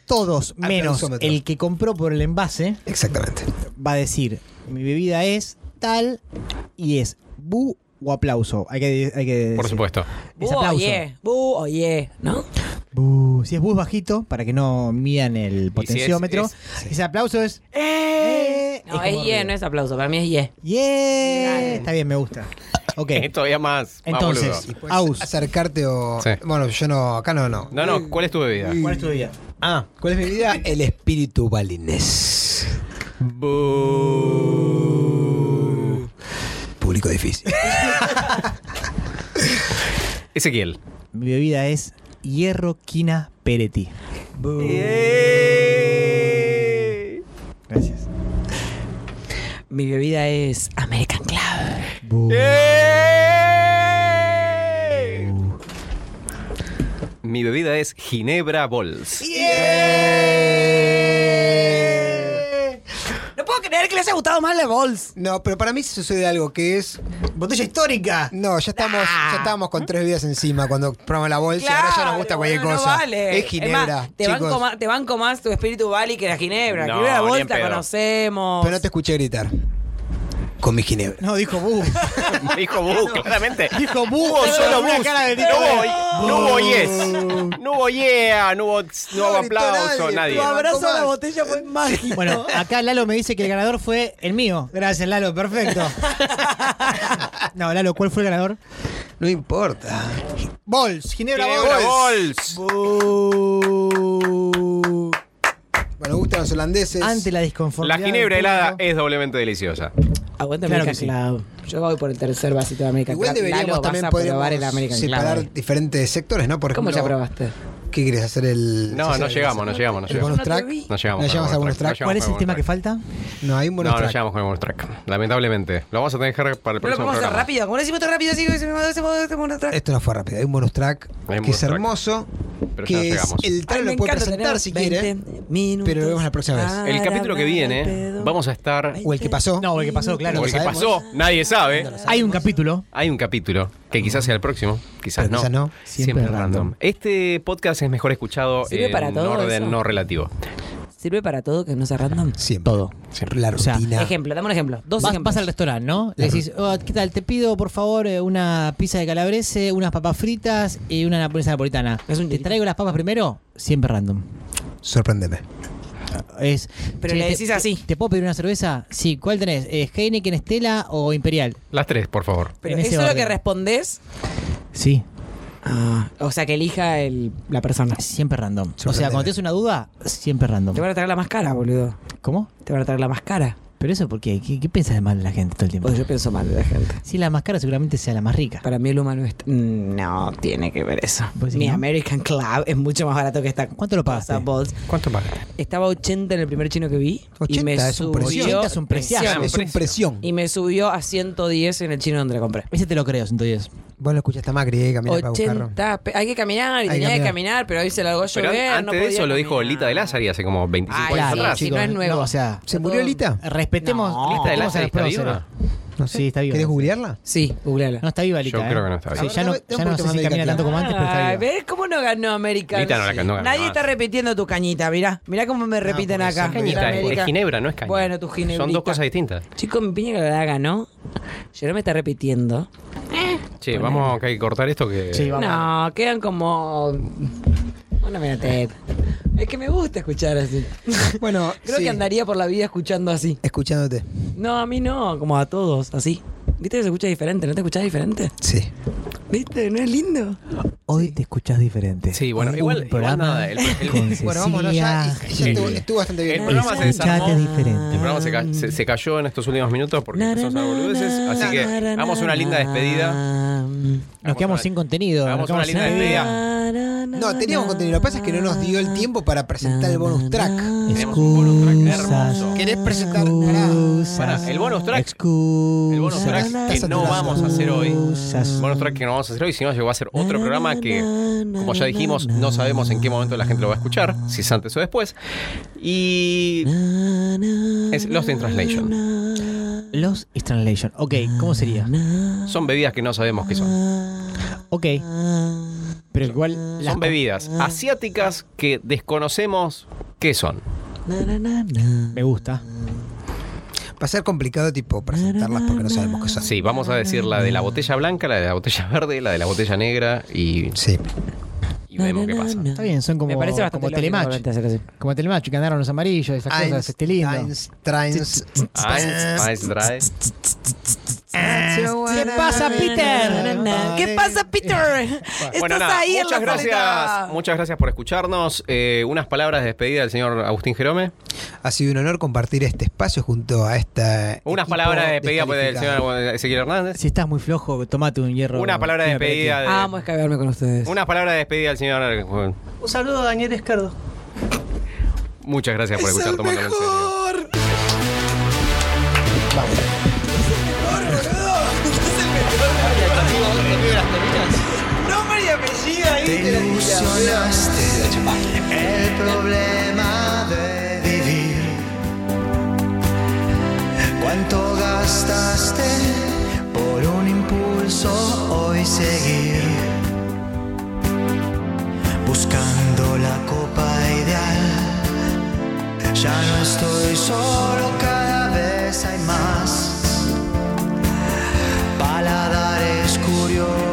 E: todos
B: Al
E: menos
B: dosómetro.
E: el que compró por el envase
B: Exactamente.
E: va a decir mi bebida es tal y es bu o aplauso. Hay que, hay que
A: Por
E: decir.
A: supuesto.
E: Es
C: Bu,
E: aplauso.
C: oye. Bu, oye. ¿No?
E: Bu. Si es bus bajito, para que no midan el potenciómetro.
A: es-
E: Ese aplauso es. ¡Eh!
C: No,
E: como
C: es ye,
E: re-
C: no es aplauso. Para mí es ye.
E: ¡Yeah! Está bien, me gusta. Ok.
A: Eh, Todavía más. más
E: Entonces,
A: boludo.
B: Y puedes
E: Aus.
B: acercarte o.
A: Sí.
B: Bueno, yo no. Acá no, no.
A: No, no, ¿cuál es tu bebida?
B: Uh.
E: ¿Cuál es tu día?
B: Ah, ¿cuál es mi vida? (laughs) El espíritu balinés. Público difícil.
A: Ezequiel.
E: Mi bebida es Hierro Quina Peretti. Gracias.
C: Mi bebida es American Club.
B: Uh.
E: Bu.
A: ¡Eh! Mi bebida es Ginebra Bols.
C: No puedo creer que les haya gustado más la Bols.
B: No, pero para mí se sucede algo que es. Ah.
E: ¡Botella histórica!
B: No, ya estamos, ya estábamos con tres bebidas encima cuando probamos la bolsa. ahora ya nos gusta cualquier
C: bueno, no
B: cosa.
C: vale.
B: Es Ginebra.
C: más, te,
B: chicos.
C: banco más, te banco más tu espíritu Bali que la Ginebra.
A: No,
C: Ginebra la
A: ni
C: Bols
A: en
C: la
A: pedo.
C: conocemos.
B: Pero no te escuché gritar. Con mi Ginebra.
E: No, dijo (laughs) Bu.
A: Me (laughs) dijo Bu, claramente.
E: Dijo Bu.
A: Hubo solo
E: una
A: bus.
E: cara de
A: No
E: tipo de-
A: hubo, no hubo yes. No hubo yeah. No hubo, no hubo
B: No gritó
A: aplauso.
B: nadie.
A: Nadie.
B: Tu abrazo a la
C: botella fue mágico.
E: (laughs) Bueno, acá Lalo me dice que el ganador fue el mío. Gracias, Lalo, perfecto. (laughs) No, Lalo, ¿cuál fue el ganador?
B: No importa.
E: Bols, Ginebra
A: Ginebra
E: Bols.
A: Bols.
B: Bueno, gustan los holandeses.
E: Ante la disconformidad.
A: La ginebra
E: del
A: helada
E: público,
A: es doblemente deliciosa.
C: Aguanta
E: Claro
C: American Club. Yo voy por el tercer vasito de American
B: Igual
C: Club.
B: deberíamos
C: Lalo,
B: también
C: vas a
B: podríamos
C: probar el American
B: separar
C: Club.
B: diferentes sectores, ¿no? Por
C: ¿Cómo
B: ejemplo,
C: ya probaste?
B: ¿Qué quieres hacer el
A: No,
B: hacer
A: no
B: el-
A: llegamos, no llegamos, no
B: el
A: llegamos.
B: bonus track?
A: No llegamos.
B: ¿No
A: con
B: llegamos a bonus track?
E: ¿Cuál es el tema que
A: falta?
E: falta?
B: No, hay un bonus
A: No, no
B: track.
A: llegamos con el bonus track. Lamentablemente. Lo vamos a tener que dejar para el
C: Pero lo
A: próximo
C: podemos hacer
A: programa.
C: rápido. ¿Cómo lo hicimos tan rápido? Así que se me mandó ese modo de mono atrás.
B: Esto no fue rápido. Hay un bonus track
A: Hay un
B: que
A: bonus
B: es
A: track.
B: hermoso.
A: Pero ya
B: que es-
A: llegamos.
B: el
C: Ay,
B: tal
C: me
B: lo puede
C: encanta,
B: presentar
C: tenemos
B: si quiere.
C: 20 minutos
B: pero lo vemos la próxima vez.
C: para
A: El capítulo que
C: hablar al
A: viene
C: pedo.
A: vamos a estar...
B: O el que pasó.
E: No, el que pasó, claro.
A: O el que
B: sabemos.
A: pasó, nadie sabe.
E: Hay un capítulo.
A: Hay un capítulo que quizás sea el próximo, quizás
B: Pero
A: no.
B: quizás no.
E: Siempre random.
A: Este podcast es mejor escuchado
C: ¿Sirve
A: en
C: para todo
A: orden
C: eso?
A: no relativo.
C: ¿Sirve para todo que no sea random?
B: Siempre. Todo. La
E: O sea,
B: rutina.
C: Ejemplo, dame un ejemplo. Dos
E: Vas,
C: ejemplos.
E: vas al restaurante, ¿no? Le decís, "Oh, ¿qué tal? Te pido, por favor, eh, una pizza de calabrese, unas papas fritas y una napolitana napolitana.
C: Es un
E: ¿Te
C: delito.
E: traigo las papas primero? Siempre random.
B: Sorpréndeme.
E: Es,
C: Pero le
E: te-
C: decís
E: te-
C: así.
E: Te, puedo pedir una cerveza? Sí, ¿cuál tenés? Eh, ¿Heineken, Estela o Imperial?
A: Las tres, por favor.
C: Pero
E: en ese
C: eso es lo que
E: orden.
C: respondés.
E: Sí,
C: Ah, o sea, que elija el- la persona.
E: siempre random. O sea,
B: Sorprendeme.
E: cuando tienes una duda, siempre random.
C: Te van a traer la más cara, boludo.
E: ¿Cómo?
C: Te van a traer la más cara.
E: Pero eso, ¿por qué? ¿Qué, qué piensas de mal de la gente todo el tiempo?
C: Porque yo pienso mal de la gente.
E: Si la más cara seguramente sea la más rica.
C: Para mí el humano está... No tiene que ver eso.
E: ¿Vos decís
C: Mi
E: no?
C: American Club es mucho más barato que esta.
E: ¿Cuánto lo pagaste?
C: cosa Balls.
B: ¿Cuánto paga?
C: Estaba 80 en el primer chino que vi. y
B: 80
C: me
B: es un
C: subió,
B: precio.
E: 80 es un preciazo.
B: Ah, Es un presión.
C: Y me subió a 110 en el chino donde la compré.
E: Ese te lo creo, 110.
B: Vos lo escuchaste más griega, mira, para buscarlo.
C: 80. pe- Hay que caminar
B: Hay
C: y
B: que
C: tenía que
B: caminar.
C: caminar, pero ahí se largó a
A: Pero
C: llover.
A: an- antes
C: no
A: de
C: podía
A: eso lo dijo
C: caminar.
A: Lita de Lázari hace como 25
C: Ay,
A: años
C: sí,
A: atrás.
C: chicos. no es nuevo.
E: o sea,
B: ¿Se murió Lita?
E: respetemos.
C: No.
A: ¿Lista de Lázaro
E: respetemos a las
A: está
E: pruebas,
A: viva?
E: Seba.
B: No sé.
E: Sí, está viva.
B: ¿Querés googlearla?
C: Sí, googleala.
E: No está viva Lita.
A: Yo
E: ¿eh?
A: creo que no está viva.
E: Sí, ya no,
B: Ahora, da
E: ya
B: un
E: no
B: poquito
E: sé
B: más
E: si
B: de
E: camina
B: calidad.
E: tanto como antes, pero está
C: Ay,
E: viva.
C: Ah, ¿Ves cómo no ganó American?
A: Lita no la ganó, ganó
C: Nadie
A: más.
C: está repitiendo tu cañita, mirá. Mirá cómo me repiten
B: porque
C: acá.
B: son
A: Cañita,
C: Mirá,
A: es-
C: América.
A: es Ginebra, no es caña.
C: Bueno, tu ginebrita.
A: Son dos cosas distintas.
C: Chico, mi piña que la ganó. Yo no me está repitiendo.
A: Che, vamos, que hay que cortar esto que...
E: Sí, vamos.
C: No, quedan como. Una minuteta. Es que me gusta
B: (laughs)
C: escuchar así.
B: Bueno,
C: Creo
B: sí,
C: que andaría por la vida escuchando así.
B: Escuchándote.
C: No, a mí no, como a todos, así. ¿Viste que se escucha diferente? ¿No te escuchás diferente?
B: Sí.
C: ¿Viste? ¿No es lindo?
E: Hoy te escuchás diferente.
A: Sí, bueno,
E: Un
A: igual- igual
E: programa
A: nada, el- el-
E: con
B: Bueno, vámonos ya.
E: Cecilia
B: Ya estuvo,
E: Gil.
B: estuvo bastante
A: El
B: bien.
A: programa se
E: Escuchate
A: desarmó.
E: diferente.
A: El programa se, ca- se- se cayó en estos últimos minutos porque
C: Na,
A: empezó a
C: na,
A: usar boludeces.
C: na,
A: Así
C: na,
A: que
C: na,
A: hagamos
C: na,
A: una linda
C: na.
A: despedida.
E: Nos quedamos
A: una-
E: sin contenido.
A: hagamos
E: nos
A: una
E: quedamos
A: linda
E: sin-
A: despedida.
C: Na, na, na,
B: No, teníamos
C: na,
B: contenido. Lo que pasa es que no nos dio el tiempo para presentar el bonus track.
A: Tenemos un bonus track hermoso.
B: ¿Querés presentar?
A: Pará, el bonus track.
E: Excusas.
A: El bonus track
B: Estás
A: que no
B: saturado.
A: vamos a hacer hoy.
E: Excusas.
A: El bonus track que no vamos a hacer hoy, sino llegó a ser otro programa que, como ya dijimos, no sabemos en qué momento la gente lo va a escuchar, si es antes o después. Y es Lost in Translation.
E: Los is Translation. Ok, ¿cómo sería?
A: Son bebidas que no sabemos qué son.
E: Ok. Pero igual. las
A: Son bebidas asiáticas que desconocemos qué son.
E: Me gusta.
B: Va a ser complicado, tipo, presentarlas porque no sabemos qué son.
A: Sí, vamos a decir la de la botella blanca, la de la botella verde, la de la botella negra y,
B: Sí.
A: y vemos qué pasa.
E: Está bien, son como,
C: Me parece bastante
E: como
C: lógico
E: telematch.
C: realmente hacer así.
E: Como telematch, que ganaron los amarillos, esas cosas. Este lindo.
B: Einstein.
A: Ice, Ice Dry. Ah,
C: ¿Qué pasa, Peter? ¿Qué pasa, Peter?
A: Bueno,
C: Estás
A: nada,
C: ahí en
A: muchas
C: la
A: gracias,
C: salita.
A: muchas gracias por escucharnos. Eh, unas palabras de despedida del señor Agustín Jerome.
B: Ha sido un honor compartir este espacio junto a esta.
A: Unas palabras de despedida pues, del señor Ezequiel Hernández.
E: Si estás muy flojo, tomate un hierro.
A: Una palabra de
E: un
A: despedida de-
C: Amo escabearme con ustedes.
A: Unas palabras de despedida del señor.
D: Un saludo a Daniel Esquerdo.
A: Muchas gracias por escuchar tomándolo en serio.
G: El problema de vivir. ¿Cuánto gastaste por un impulso hoy seguir? Buscando la copa ideal. Ya no estoy solo, cada vez hay más. Paladares curiosos